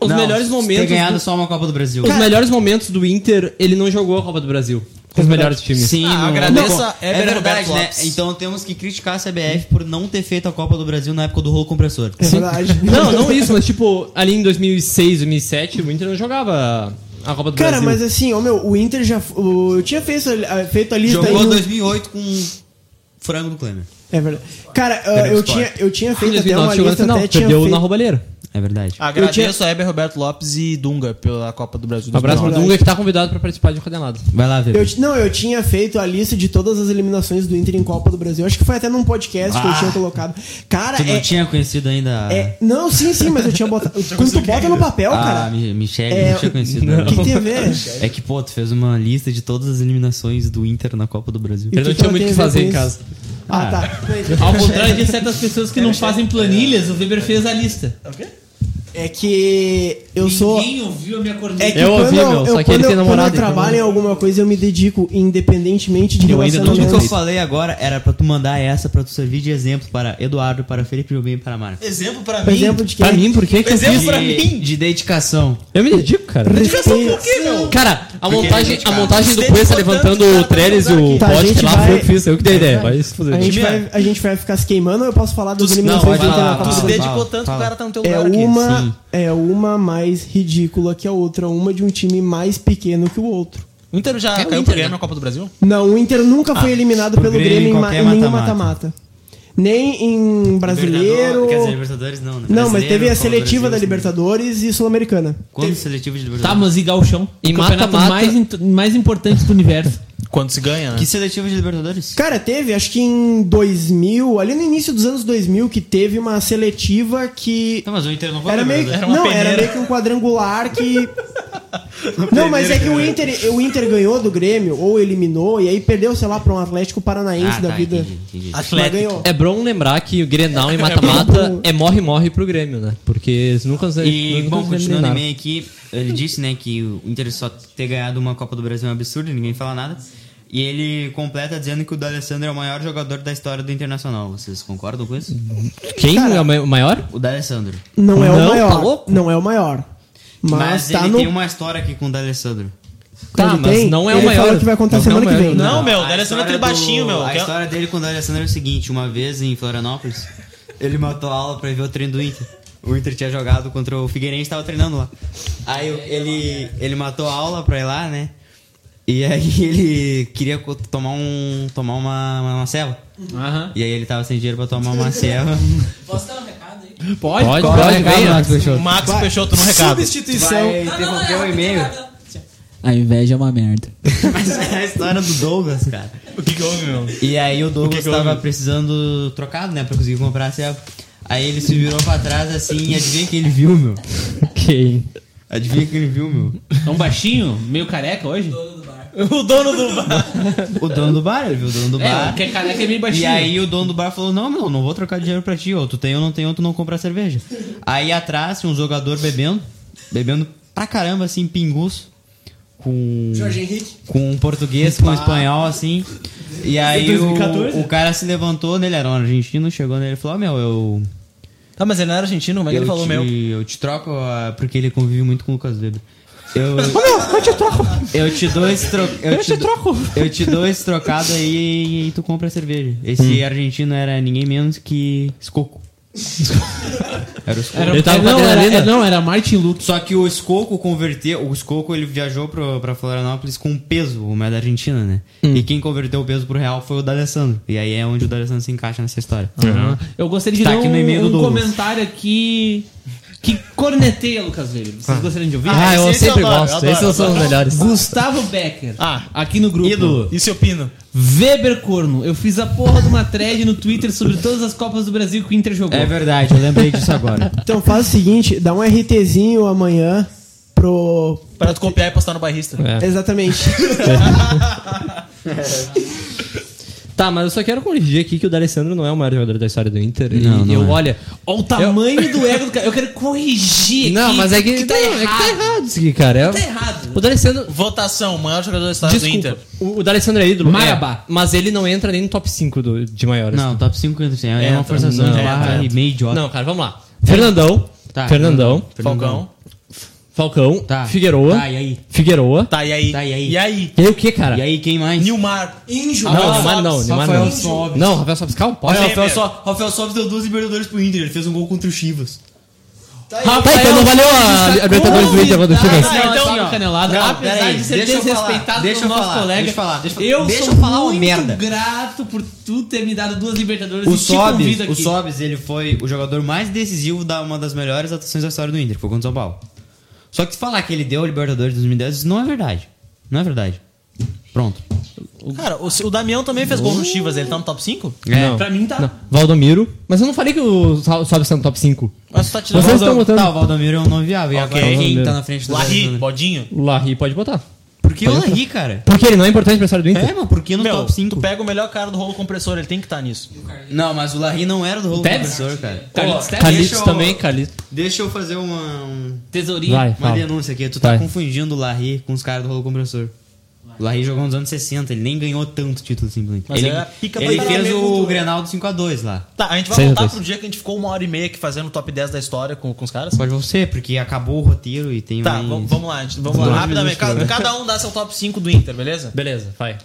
Os Não, melhores Ter momentos. ganhado do- só uma Copa do Brasil. Os melhores momentos do Inter, ele não jogou a Copa do Brasil. Com os melhores times. Sim, Ah, não- agradeço não- a Heber Roberto Lopes. Então temos que criticar a CBF por não ter feito a Copa do Brasil na época do rolo compressor. É verdade. Não, não isso, mas tipo, ali em 2006, 2007, o Inter não jogava a Copa do Cara, Brasil. mas assim, ó, meu, o Inter já. f- o- eu tinha feito, a- feito a lista. Jogou aí no- 2008 com frango do Klemer. É verdade. Cara, uh, eu, tinha, eu tinha Em feito até uma 2009 chegou na lista. final, até tinha perdeu feito... na roubalheira. É verdade. Agradeço a Heber Roberto Lopes e Dunga pela Copa do Brasil. Um abraço pro 2019. Dunga que tá convidado pra participar de um cadenado. Vai lá, Weber. Eu ti- não, eu tinha feito a lista de todas as eliminações do Inter em Copa do Brasil. Acho que foi até num podcast que eu Ah. tinha colocado. Cara, Tu não é, tinha conhecido ainda a- é- Não, sim, sim, mas eu tinha botado. Quando tu bota no papel, a cara. Mi- Michelle? É, não tinha conhecido O ela. que tem a ver? É que, pô, tu fez uma lista de todas as eliminações do Inter na Copa do Brasil. Ele que não tinha ela muito o tem que a ver fazer com em isso? casa. Ah, tá. Ao contrário de certas pessoas que não fazem planilhas, o Weber fez a lista. É que eu sou. Ninguém ouviu a minha corneta. É que Eu quando ouvi, meu, só que quando ele tem eu- namorado, Quando eu então- trabalho em alguma coisa, eu me dedico, independentemente de Eu ainda não Tudo que eu relacionamento. falei agora era pra tu mandar essa, pra tu servir de exemplo para Eduardo, para Felipe Jobim e para Marcos. Exemplo pra Por exemplo, de que Pra mim, por que que eu Exemplo fiz? pra mim. De dedicação. Eu me dedico, cara. respeito. Cara, a montagem, a dedicar. montagem do Se Cuesta dedicou levantando tanto, o Trellis e o Tá, a pote gente lá, foi eu vai- que fiz, eu que dei ideia. Vai se A fuder. gente, vai, a gente vai ficar se queimando ou eu posso falar dos não, eliminações um vai que eu tenho falar, na Tu Copa se do Brasil? dedicou fala, tanto que o fala. cara tá no teu É lugar aqui. sim. uma, é uma mais ridícula que a outra, uma de um time mais pequeno que o outro. O Inter já caiu pro Grêmio na Copa do Brasil? Não, o Inter nunca foi eliminado Ah, pro pelo Grêmio em Grêmio em, ma- qualquer em nenhum mata-mata. mata-mata. Nem em brasileiro. Quer dizer, Libertadores não, né? Não, mas Brasileiro, teve a Copa do seletiva Brasil, da assim. Libertadores e Sul-Americana. Quando seletiva de Libertadores? Tá, mas e Galchão? E o campeonato mata-mata- mais, int- mais importante do universo. Quando se ganha, né? Que seletiva de Libertadores? Cara, teve, acho que em 2000, ali no início dos anos 2000, que teve uma seletiva que. Não, mas o Inter não foi Era pra meio, Libertadores. não, era meio que um quadrangular que. não, mas é que o Inter, o Inter ganhou do Grêmio, ou eliminou, e aí perdeu, sei lá, pra um Atlético Paranaense Ah, da tá, vida. entendi, entendi. Mas Atlético. ganhou. É bom lembrar que o Grenal em mata-mata é morre-morre pro Grêmio, né? Porque eles nunca E, nunca bom, se continuando o eliminaram. e-mail aqui, ele disse, né, que o Inter só ter ganhado uma Copa do Brasil é um absurdo, ninguém fala nada. E ele completa dizendo que o D'Alessandro é o maior jogador da história do Internacional. Vocês concordam com isso? Quem é o ma- o tá, maior? O D'Alessandro. Não é o Não, maior. tá louco? Não é o maior. Mas, Mas, tá ele no. tem um uma história aqui com o D'Alessandro. Tá, ele mas tem, não é o ele maior. falou que vai contar Não semana é o que maior, vem. não. Não, meu, o A D'Alessandro é história aquele baixinho, do- meu. A que é- história dele com o D'Alessandro é o seguinte, uma vez em Florianópolis, ele matou a aula pra ver o treino do Inter. O Inter tinha jogado contra o Figueirense, tava treinando lá. Aí ele, ele matou a aula pra ir lá, né? E aí ele queria co- tomar um tomar uma, uma, uma ceva. Aham. E aí ele tava sem dinheiro pra tomar uma ceva. Posso dar um recado aí? Pode, Pode, cobra, pode, recado, vem, Max. Max Peixoto. Max Peixoto no recado. Substituição. interrompeu o e-mail. A inveja é uma merda. Mas é a história do Douglas, cara. O que que houve, meu? E aí o O Douglas que que tava houve? precisando trocado, né? Pra conseguir comprar a ceva. Aí ele se virou pra trás assim e adivinha quem ele viu, meu? Quem? Adivinha quem ele viu, meu? É um baixinho, meio careca hoje? O dono do bar. O dono do bar, ele viu o dono do É, bar. porque careca é meio E baixinho. aí o dono do bar falou, não, meu, não vou trocar dinheiro pra ti, ou tu tem ou não tem, ou tu não compra cerveja. Aí atrás tinha um jogador bebendo, bebendo pra caramba, assim, pinguço, com... Jorge Henrique. com um português, com um espanhol, assim. E aí o, 2014? o cara se levantou nele, era um argentino, chegou nele e falou, "Ó, meu, eu... Ah, mas ele não era argentino, como é que eu ele falou, te, meu? Eu te troco ah, porque ele convive muito com o Lucas Weber. Eu, eu te dou esse troco. Eu, te do- Eu te dou esse trocado aí e tu compra a cerveja. Esse argentino era ninguém menos que Escoco. era o Escoco. Era, Ele tava com não, era, adrenalina. é, não, era Martin Luke. Só que o Escoco converteu. O Escoco ele viajou pro, pra Florianópolis com peso, o é da Argentina, né? E quem converteu o peso pro real foi o D'Alessandro. E aí é onde o D'Alessandro se encaixa nessa história. É. Eu gostaria de Tá dar aqui no e-mail um, do um Douglas. comentário aqui que corneteia Lucas Velho. Vocês gostariam de ouvir? Ah, eu esse eu sempre adoro, eu gosto. adoro, eu Esses são os melhores. Gustavo Becker. Ah. aqui no grupo. Ídolo. E seu Pino? Weber Corno. Eu fiz a porra de uma thread no Twitter sobre todas as Copas do Brasil que o Inter jogou. É verdade, eu lembrei disso agora. Então faz o seguinte, dá um RTzinho amanhã pro. Pra tu copiar e postar no barrista. É. Exatamente. Tá, mas eu só quero corrigir aqui que o D'Alessandro não é o maior jogador da história do Inter. E Não, não eu, é. olha... Olha o tamanho do ego do cara. Eu quero corrigir Não, aqui, mas é que, tá não, é que errado. tá errado isso aqui, cara. É- Tá errado. O D'Alessandro... Votação, maior jogador da história do Desculpa, Inter. o, o D'Alessandro é ídolo, Marabá. é, mas ele não entra nem no top 5 do- de maiores. Não, top 5 é, Entra, uma forçação não, de barra entra. e meio idiota. Não, cara, vamos lá. Fernandão, Fernandão, Falcão. Falcão, Tá. Figueroa, Tá, e aí? Figueroa. Tá, e aí? Tá. Tá, e aí? E aí? E aí o que, cara? E aí, quem mais? Nilmar. Injo. Não, Rafael Neymar não, Sobis. Neymar Rafael não. Sobis. Não, Rafael Sobis, calma, pode. Rafael Sobis. Rafael Sobis deu duas Libertadores pro Inter, ele fez um gol contra o Chivas. Tá, então não valeu a tá está Libertadores do Inter contra o Chivas. convidado Não, a então, dar uma ó. canelada, Não, apesar peraí, de ser deixa eu falar, desrespeitado deixa pelo eu nosso falar, colega. deixa eu falar, deixa eu falar. eu Deixa sou eu falar uma muito merda. grato por tu ter me dado duas Libertadores O e um te Sobis, convido aqui. o Sobis, ele foi o jogador mais decisivo da uma das melhores atuações da história do Inter, foi contra o São Paulo. Só que se falar que ele deu a Libertadores em 2010, isso não é verdade. Não é verdade. Pronto. Cara, o, o Damião também fez gol no Chivas, ele tá no top 5? É, Não. Pra mim tá. Não, Valdomiro. Mas eu não falei que o Sa- Sobis tá no top 5. Mas tu tá tirando Vocês o estão Valdomiro. botando. Tá, o Valdomiro é um não viável. E Ok. agora quem tá na frente do Larry, Valdomiro? Bodinho. O Larry pode botar. Por que o Pode Henry, cara? Porque ele não é importante pra história do É, Inter. mano, por que no Meu, top 5? tu pega o melhor cara do rolo compressor, ele tem que estar nisso. Não, mas o Larry não era do rolo Tevez? compressor, cara. Carlitos Ô, Tevez? Carlitos deixa eu- também, Carlitos. Deixa eu fazer uma, um- Tesourinho. Vai, uma fala. denúncia aqui. Tu tá Vai. confundindo o Larry com os caras do rolo compressor. O Larry jogou nos anos 60, ele nem ganhou tanto título simplesmente. Mas ele era pica pra ele caralho né? fez mesmo, o tu- Grenal do 5x2 lá. Tá, a gente vai Seis a voltar dois. pro dia que a gente ficou uma hora e meia aqui fazendo o top 10 da história com, com os caras? Pode você, porque acabou o roteiro e tem um Tá, mais... vamos, vamos lá, a gente- vamos lá, Dois rapidamente. minutos, Cada, né? cada um dá seu top 5 do Inter, beleza? Beleza, vai.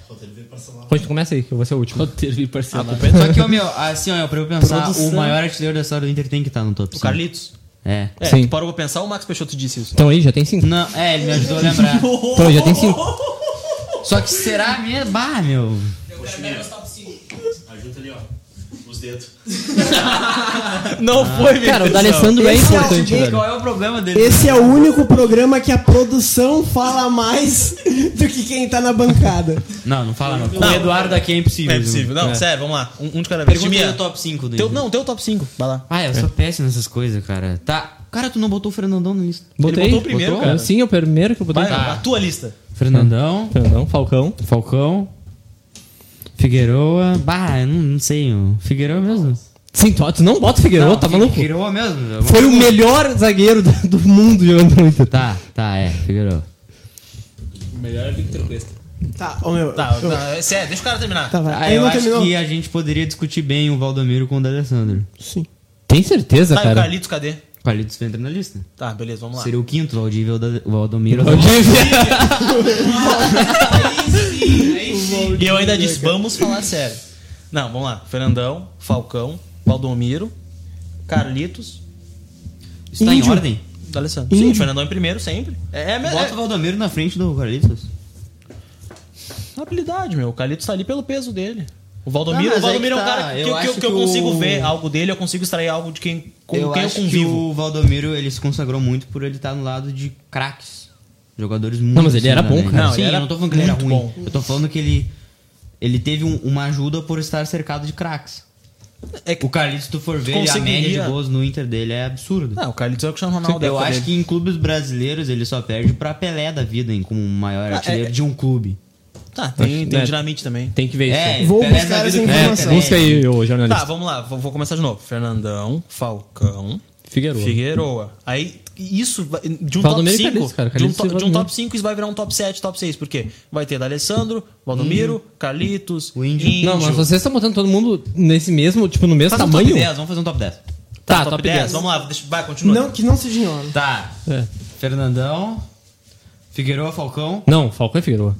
Pode começa aí, que eu vou ser o último. Roteiro e parcelado. Só que, ô, meu, assim, ó, pra eu pensar, Produção. o maior artilheiro da história do Inter tem que estar no top 5. O Carlitos. É. É, Sim. tu parou pra pensar, o Max Peixoto disse isso. Então aí, já tem cinco. Não, é, ele me ajudou a lembrar. Então já tem cinco. Só que será mesmo? Bah, meu. Não foi, velho. Cara, o D'Alessandro é Esse é o importante, Diego, velho. é o problema dele? Esse é o único programa que a produção fala mais do que quem tá na bancada. Não, não fala não. Com Não. o Eduardo aqui é impossível. É possível. Não, É. sério, vamos lá. Um, um de cada vez. Pergunta aí Timia, o top 5 do teu, Inter. não, É. teu top 5. Vai lá. Ah, eu sou péssimo nessas coisas, cara. Tá. Cara, tu não botou o Fernandão na lista. Botei. botou o primeiro, cara. Sim, é o primeiro que Então eu botei. Vai, tá. a tua lista. Fernandão, Fernandão, Falcão. Falcão, Figueroa. Bah, eu não, não sei. o Figueroa mesmo. Ah, Sim, tu, tu não bota o Figueiredo, tá maluco? Figueroa mesmo. Foi o melhor zagueiro do, do mundo jogando no Inter. Tá, tá, é. Figueroa. Tá, ô meu. Tá, eu- tá, é sério, deixa o cara terminar. tá, vai. Ah, Aí eu não acho terminou. que a gente poderia discutir bem o Valdomiro com o D'Alessandro. Sim. Tem certeza, Tá, e o cara? Carlitos, cadê? Carlitos entra na lista. Tá, beleza, vamos lá. Seria o quinto, Valdívia, o Da- o Valdomiro. E eu ainda disse, vamos falar sério. Não, vamos lá. Fernandão, Falcão, Valdomiro, Carlitos, Isso tá em Índio. ordem? D'Alessandro. Sim, Fernandão em primeiro sempre. É, é, Bota o é, Valdomiro na frente do Carlitos. habilidade, meu. O Carlitos tá ali pelo peso dele. O Valdomiro, Não, mas o Valdomiro é aí um que tá. cara que Eu eu, que, eu- acho que eu que consigo o- ver algo dele, eu consigo extrair algo de quem, com eu quem eu acho que convivo. o Valdomiro, ele se consagrou muito por ele estar no lado de craques. Jogadores muito... mas ele acima era da bom, média. cara. Não, Sim, Sim, ele era eu não tô falando que ele era muito ruim. bom. Eu tô falando que ele... Ele teve um- uma ajuda por estar cercado de craques. É que- O Carlitos, se tu for ver, a conseguiria- média de gols no Inter dele é absurdo. Não, o Carlitos é o Cristiano Ronaldo. eu é o acho dele. que em clubes brasileiros ele só perde pra Pelé da vida, hein, como o maior Ah, artilheiro é- de um clube. Tá, tem, Acho- tem é. dinamite também. Tem que ver isso. É, Vou Pelé buscar da essa vida informação. também. Busca aí, ô jornalista. Tá, vamos lá. Vou, vou começar de novo. Fernandão, Falcão, Figueiredo. Figueroa. Aí, isso vai- de um Fala do top meio 5. Carlitos, cara. de um, Carlitos to- e de um top Valdomiro. 5, isso vai virar um top 7, top 6. Por quê? Vai ter D'Alessandro, Valdomiro, Carlitos, O Índio. Uhum. Não, mas vocês estão botando todo mundo nesse mesmo, tipo, no mesmo Faz um top tamanho? 10, vamos fazer um top 10. Tá, top, 10. Vamos lá, deixa, vai, continua. Não, que não seja em hora. Tá. É. Fernandão, Figueiredo, Falcão. Não, Falcão e Figueiredo.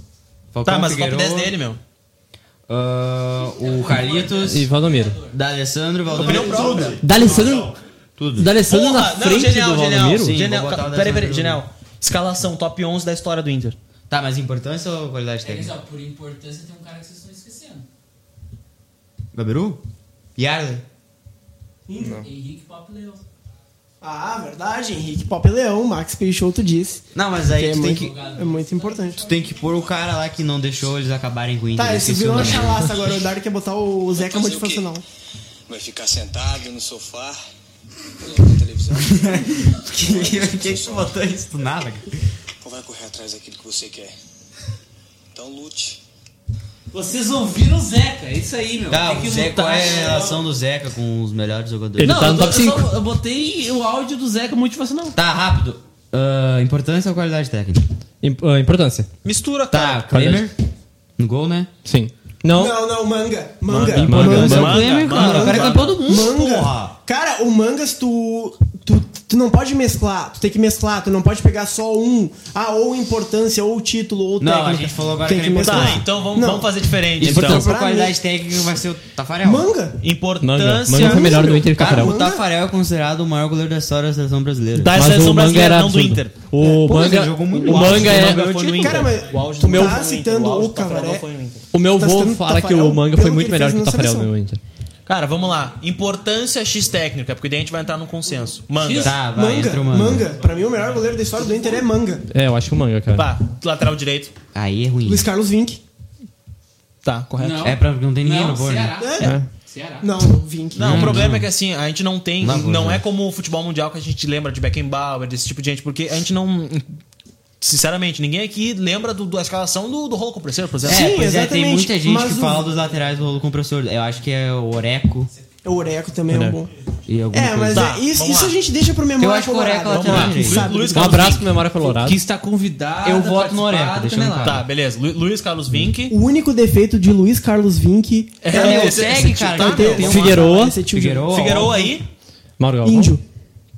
Falcão tá, mas o top Figueiredo, 10 dele, meu. ah, o Carlitos, E Valdomiro. D'Alessandro, Valdomiro. própria. D'Alessandro... D'Alessandro na Porra, frente não, genial, do genial. Valdomiro? Sim, Genial, vou botar ca- o peraí, peraí, D'Alessandro. genial. Escalação, top 11 da história do Inter. Tá, mas importância ou qualidade É que, técnica? ó, por importância tem um cara que vocês estão esquecendo. Gabiru? Yarley? Henrique Pop Leão. Ah, verdade, Henrique Pop Leão, Max Peixoto disse. Não, mas aí Que é, tu, tem muito, que, é muito importante. tu tem que pôr o cara lá que não deixou eles acabarem com o Inter. Tá, eu esse esqueci o vilão é nome. chalaça agora. O Dário quer botar o Zeca fazer o quê? motivacional. Vai ficar sentado no sofá, olhando a televisão, que que tu botou isso do nada, cara? ou vai correr atrás daquilo que você quer. Então lute. Vocês ouviram o Zeca, é isso aí, meu. Tá, Tem o que Zeca, lutar. qual é a relação do Zeca com os melhores jogadores? Ele Não, tá eu, no tô- top eu 5. só- eu botei o áudio do Zeca motivacional. Tá, rápido. Ah, importância ou qualidade técnica? Imp- ah, Importância. Mistura, cara. Tá, Kramer. No gol, né? Sim. Não, Não, não, manga. Manga. Manga, manga, manga. Manga, manga, O cara é campeão do mundo, Manga. porra. Cara, o mangas tu, tu tu não pode mesclar, tu tem que mesclar, tu não pode pegar só um, ah, ou importância, ou título, ou Não, a técnica. gente falou agora tem que que era mesclar. Tá, então vamos, é? Não. vamos fazer diferente. Então, Então. por qualidade técnica vai ser o Tafarel. Manga? Manga. Importância. Manga foi melhor do Inter que o Cara, Tafarel. o Tafarel é considerado o maior goleiro da história da seleção brasileira. Da Mas seleção o manga brasileira, era não do absurdo. Inter. O mas ele manga, jogou muito o mal, manga o é... manga foi Tá no Inter. Cara, mas O auge tu do meu, Inter tá foi no Inter. citando O auge o do Tafarel Cavaré. foi no Inter. O meu Tá vô citando fala que Tafarel o manga foi pelo muito que ele melhor fez que o na Tafarel né, seleção. no Inter. Cara, vamos lá. Importância X técnica, porque daí a gente vai entrar num consenso. Manga. Tá, vai, manga, entra o manga. manga. Pra mim o melhor goleiro da história do Inter é Manga. É, eu acho que o manga, cara. Pá, lateral direito. Aí é ruim. Luiz Carlos Vink. Tá, correto. Não. É pra porque não tem ninguém no Não, gol, né? Ceará. Ceará. Não, Vink. Não, o problema é que assim, a gente não tem. Não, Não, não. é como o futebol mundial que a gente lembra de Beckenbauer, desse tipo de gente, porque a gente não. Sinceramente, ninguém aqui lembra do, da escalação do, do rolo compressor, por exemplo. É, Sim, pois é, tem exatamente, muita gente mas que o- fala dos laterais do rolo compressor. Eu acho que é o Oreco O Oreco também é um bom. e alguma É, mas coisa. Tá, é, isso, vamos isso lá. a gente deixa pro memória Eu acho que o Oreco é colorada. lateral Vamos lá. direito. Sabe? Luiz Um Carlos abraço pro Memória Colorado. Que está convidado. Eu voto no Oreca, deixando claro. Tá, beleza. Lu- Luiz Carlos Vink. O único defeito de Luiz Carlos Vinck É, Meu, esse- segue, esse cara. tá, que tem- meu. tem uma- Figueroa. esse tio de- Figueroa. Figueroa aí. Mauro Galvão. Índio.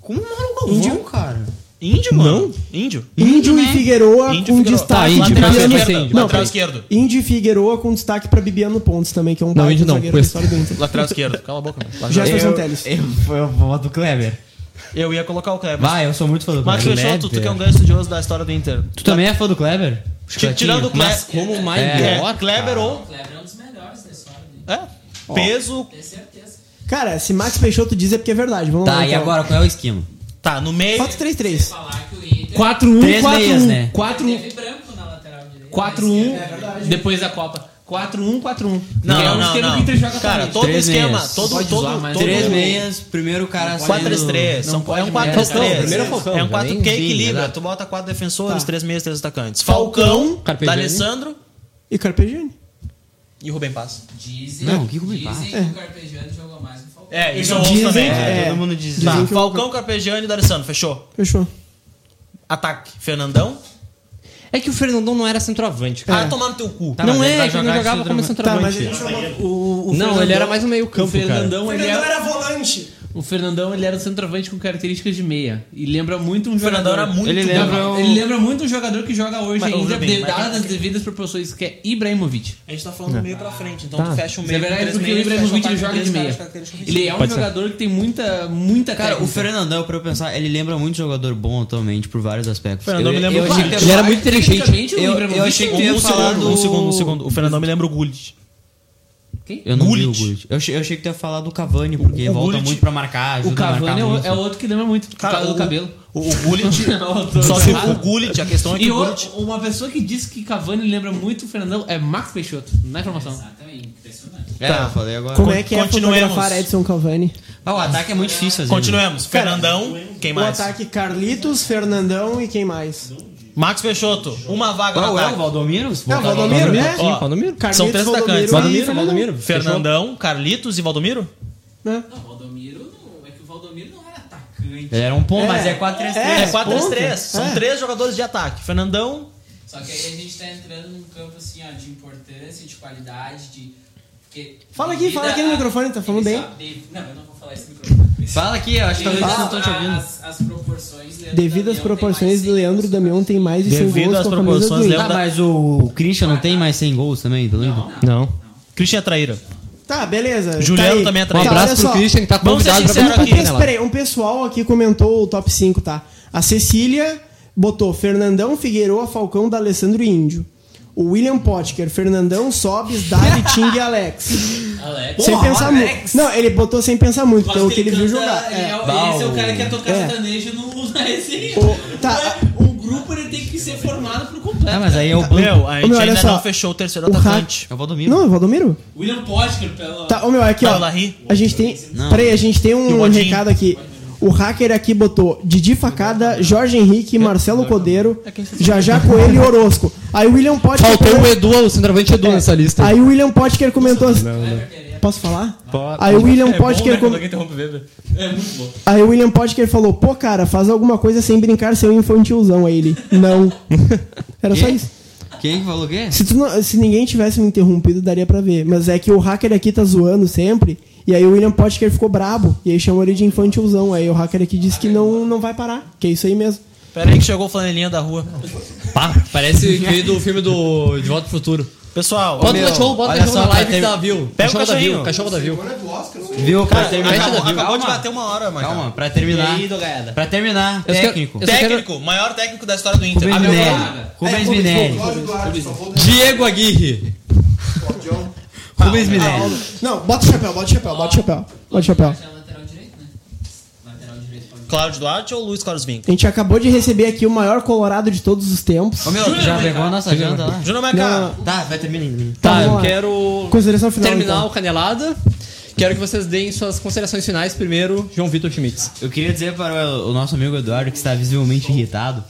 Como mora o Galvão, cara? Índio, mano? Índio. Índio e né? Figueroa Índio e Figueroa. Ah, com Tá, destaque. Índio, pra mas Bibiano- esquerda, Não, Índio. Lateral peraí. esquerdo. Índio e Figueroa com destaque pra Bibiano Pontes também, que é um baita Índio não, zagueiro da pois- história do Inter. Lateral esquerdo. Cala a boca, mano. Lateral- Jefferson Telles. Eu, eu voto o Kleber. Eu ia colocar o Kleber. Vai, eu sou muito fã do Marcos Kleber. Peixoto, tu que é um grande estudioso da história do Inter. Tu também é fã do Kleber? Ti- Tirando o Kleber. Mas como maior, É, Kleber ou. Kleber é um dos melhores da história dele. É. Peso. Tenho certeza. Cara, se Max Peixoto diz é porque é verdade. Vamos lá. Tá, e então. agora qual é o esquema? Tá, no meio. 4-3-3. Falar que o Inter 4-1, Três meias, né? 4-1. 4-1, branco na lateral direita. 4-1. Depois da Copa. 4-1, 4-1. Não, Que é o não, esquema não. que o Inter joga Cara, também. todo Três esquema. meias. Todo, Pode todo, zoar, mas- todo- Três meias, primeiro cara saindo- 4-3-3. São- pode É um merda. 4-3-3. Falcão, primeiro Falcão, É um já 4 nem que vi, equilibra. exato. Tu bota quatro defensores, Tá. três meias, três atacantes. Falcão, Falcão, Carpegiani. D'Alessandro E Carpegiani. e Rubem Paz. Dizem, Não, que Rubem Paz? dizem É. que o Carpegiani jogou mais que o Falcão. É, isso eu ouço Dizem, também. é, Todo mundo diz. dizem Tá, que o- Falcão, Carpegiani e D'Alessandro. Fechou. Fechou. Ataque. Fernandão. É que o Fernandão não era centroavante, cara. Ah, tomar no teu cu. não mas ele é, vai ele não jogar jogava isso como drama- Tá, mas centroavante. a gente chamou o, o não, ele era mais um meio O campo, cara. Fernandão, ele é- era, volante. o Fernandão, ele era um centroavante com características de meia. E lembra muito um O Fernandão jogador. era muito Ele bom. lembra o- Ele lembra muito um jogador que joga hoje Mas, ainda, Rubem, de- mas- dadas as devidas proporções, que é Ibrahimovic. A gente tá falando do meio pra frente, então Tá. tu fecha o Isso é meio. verdade, três porque o meias, fecha o Ibrahimovic ataque ele joga com de três meia. caras, características Ele é um Pode ser. jogador que tem muita, muita Cara, o técnica. Fernandão, pra eu pensar, ele lembra muito jogador bom atualmente por vários aspectos. Fernandão eu, me lembra eu o achei é um que Vasco. tu Ele ia era muito inteligente. Tecnicamente, o Eu- Ibrahimovic eu achei que tu ia Um falar segundo, um do... segundo, um segundo. O Fernandão me lembra o Gullit. Eu não vi o Gullit. Gullit. Eu achei, eu achei que tu ia falar do Cavani, porque o volta Gullit- muito pra marcar, ajuda O a Cavani marcar é o, muito. é o outro que lembra muito. Cara, o cabelo. O, o Gullit. Não, tô só que errado. o Gullit, a questão é que E o Gullit. o- uma pessoa que disse que Cavani lembra muito o Fernandão é Max Peixoto, na informação. Exatamente, impressionante. É, eu falei agora. Como é que é Continuemos. fotografar Edson Cavani? Ah, o ataque é muito difícil, às vezes. Continuemos. Fernandão, quem O mais? ataque Carlitos, Fernandão e quem mais? Max Peixoto, uma vaga no Qual é o ataque. Valdomiro? Ah, Valdomiro, Valdomiro, né? sim, Valdomiro. Carlitos, São três Valdomiro atacantes. e Valdomiro, Fernandão. Valdomiro. Fernandão, Carlitos e Valdomiro? Né? Não, o Valdomiro não. É que o Valdomiro não era atacante. Ele era um ponto, É. mas é 4-3-3. É, É, 4-3-3. ponta. São É. três jogadores de ataque. Fernandão, Só que aí a gente tá entrando num campo assim, ó, de importância, de qualidade, de. Porque Fala aqui, fala aqui no microfone, tá falando Ele bem. sabe- Não, eu não vou falar isso no microfone. Fala aqui, eu acho que Ah, Devido talvez não tô te ouvindo. às- às proporções, Leandro Devido às Damião tem proporções mais do Leandro cem Damião tem mais de 100 Devido gols às com a camisa do proporções, é Inter. Leandro- Ah, mas o Christian não tem mais 100 gols também, tá doido? Não. Christian Traíra. Tá, beleza. Juliano tá aí. também é Um traíra. Tá, olha abraço pro só. Christian que tá Vamos ser convidado pra sinceros participar aqui. aqui, Mas né, peraí, um pessoal aqui comentou o top 5, tá? A Cecília botou Fernandão, Figueiredo, Falcão, D'Alessandro e Índio. O William Potker, Fernandão, Sobis, Davi, Ting e Alex. Alex. sem pensar muito. Não, ele botou sem pensar muito, Gosta pelo Então, que ele viu canta- jogar. Ele É. é, o- esse é o cara que ia tocar É. sertanejo no, na resenha. O- tá. Um grupo ele tem que ser formado pro completo. Ah, mas aí é o banco. Meu, a gente Meu, olha ainda só. não fechou o terceiro O Ra- atacante. É o Valdomiro. Não, é o Valdomiro? William Potker, pelo. Tá, ô meu, aqui, ó. Vai lá, Ri. A gente tem. Não. Peraí, a gente tem o um Godinho? recado aqui. O hacker aqui botou Didi Facada, Jorge Henrique, Marcelo Codeiro, É Jajá Coelho e Orosco. Aí o William Potker. Faltou um o Edu, o centroavante Edu nessa lista. Aí o William Potker comentou assim. Posso falar? Aí o William né, Potker. com- É muito bom. Aí o William Potker falou: pô, cara, faz alguma coisa sem brincar, seu infantilzão. Aí ele: não. Era só Quê? isso. Quem que falou o quê? Se, tu não- se ninguém tivesse me interrompido, daria pra ver. Mas é que o hacker aqui tá zoando sempre. E aí o William Potker ficou brabo. E aí chamou ele de infantilzão. Aí o hacker aqui disse que não, não vai parar. Que é isso aí mesmo. Pera aí que chegou o flanelinha da rua. Pá, parece que veio do filme do De Volta pro Futuro. Pessoal, Bota o meu, cachorro, bota o olha cachorro só, na live pra ter- que tá viu. Pega o Cachorro da cachorrinho. viu, cachorro tá da viu. Viu? Pra terminar. acabou, acabou de Calma. bater uma hora, mano. Calma, pra terminar. E aí, Dogaiada? Pra terminar, Eu só quero- técnico. eu só quero- Técnico, maior técnico da história do Inter. Ah, Rubens Abel Ferreira. Minelli. Rubens Minelli. Diego Aguirre. Rubens Minelli. Não, bota o chapéu, bota o chapéu, bota o chapéu. Bota o chapéu. É lateral direito, né? Lateral direito pode. Cláudio Duarte ou Luiz Carlos Vinck? A gente acabou de receber aqui o maior colorado de todos os tempos. Ô meu, tu já pegou a nossa janta lá? Júnior Maicá. Não. Tá, vai terminar. Tá, Tá, vamos eu lá. quero Consideração final. terminar então. o canelada. Quero que vocês deem suas considerações finais primeiro, João Vitor Schmitz. Eu queria dizer para o nosso amigo Eduardo, que está visivelmente irritado,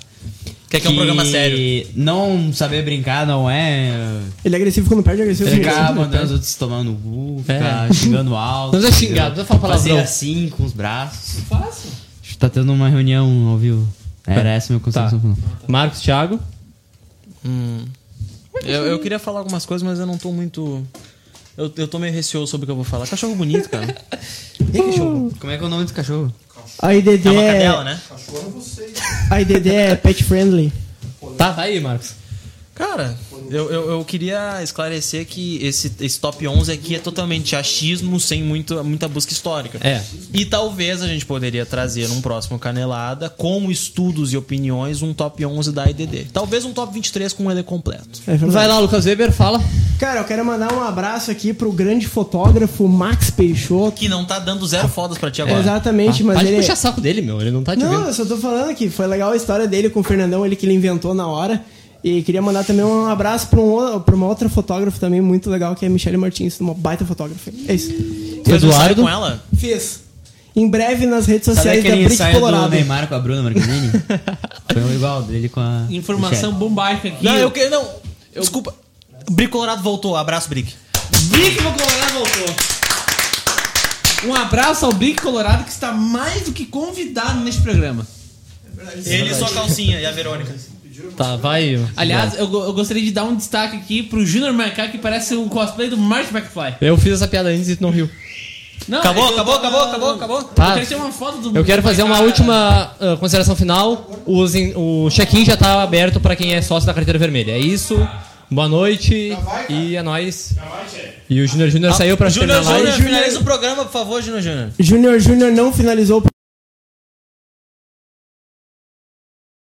Tem que é um programa sério. Não saber brincar não é. Ele é agressivo quando perde, é agressivo Ficar mandando os outros tomar no cu, ficar xingando alto. Não precisa xingar, não precisa falar Fazer palavrão. assim com os braços. É. Fácil. A gente tá tendo uma reunião ao vivo. Era essa meu Tá. concepção. Marcos, Thiago. Hum. Eu, eu queria falar algumas coisas, mas eu não tô muito. Eu, eu tô meio receoso sobre o que eu vou falar. Cachorro bonito, cara. Como é que é o nome do cachorro? A IDD Tá É uma é, cadela, né? a IDD é pet friendly. Tá, tá aí, Marcos. Cara, eu, eu, eu queria esclarecer que esse, esse top 11 aqui é totalmente achismo, sem muito, muita busca histórica. É. E talvez a gente poderia trazer num próximo Canelada, com estudos e opiniões, um top 11 da IDD. Talvez um top 23 com ele completo. É verdade. Vai lá, Lucas Weber, fala. Cara, eu quero mandar um abraço aqui pro grande fotógrafo Max Peixoto. Que não tá dando zero fodas pra ti É. agora. Exatamente, mas Para de ele. puxar saco dele, meu. Ele é- não tá te Não, vendo. eu só tô falando que foi legal a história dele com o Fernandão, ele que ele inventou na hora. E queria mandar também um abraço pra, um, o- pra uma outra fotógrafa também muito legal, que é a Michelle Martins, uma baita fotógrafa. É isso. Fez um ensaio Eduardo. com ela? Fiz. Em breve nas redes Sabe sociais da aquele Brick ensaio do Colorado. Neymar com a Bruna Marquezine? tá Foi um igual dele com a. Informação bombástica aqui. Não, eu que não. Desculpa. Brick Colorado voltou. Abraço, Brick. Brick no Colorado voltou. Um abraço ao Brick Colorado que está mais do que convidado neste programa. Ele e sua calcinha e a Verônica. Tá, vai. Aliás, eu, go- eu gostaria de dar um destaque aqui pro Junior Macaco que parece um cosplay do Marty McFly. Eu fiz essa piada antes e tu não riu. Não, Acabou, é que eu acabou, tô- acabou, acabou, acabou. Tá. Eu quero ter uma foto do Eu quero fazer uma Macaco. última ah, consideração final. Os in- o check-in já tá aberto pra quem é sócio da carteira vermelha. É isso. Boa noite. E é nóis. E o Júnior Júnior saiu pra Júnior, terminar a live. Júnior, finaliza o programa, por favor, Júnior Júnior. Júnior Júnior não finalizou o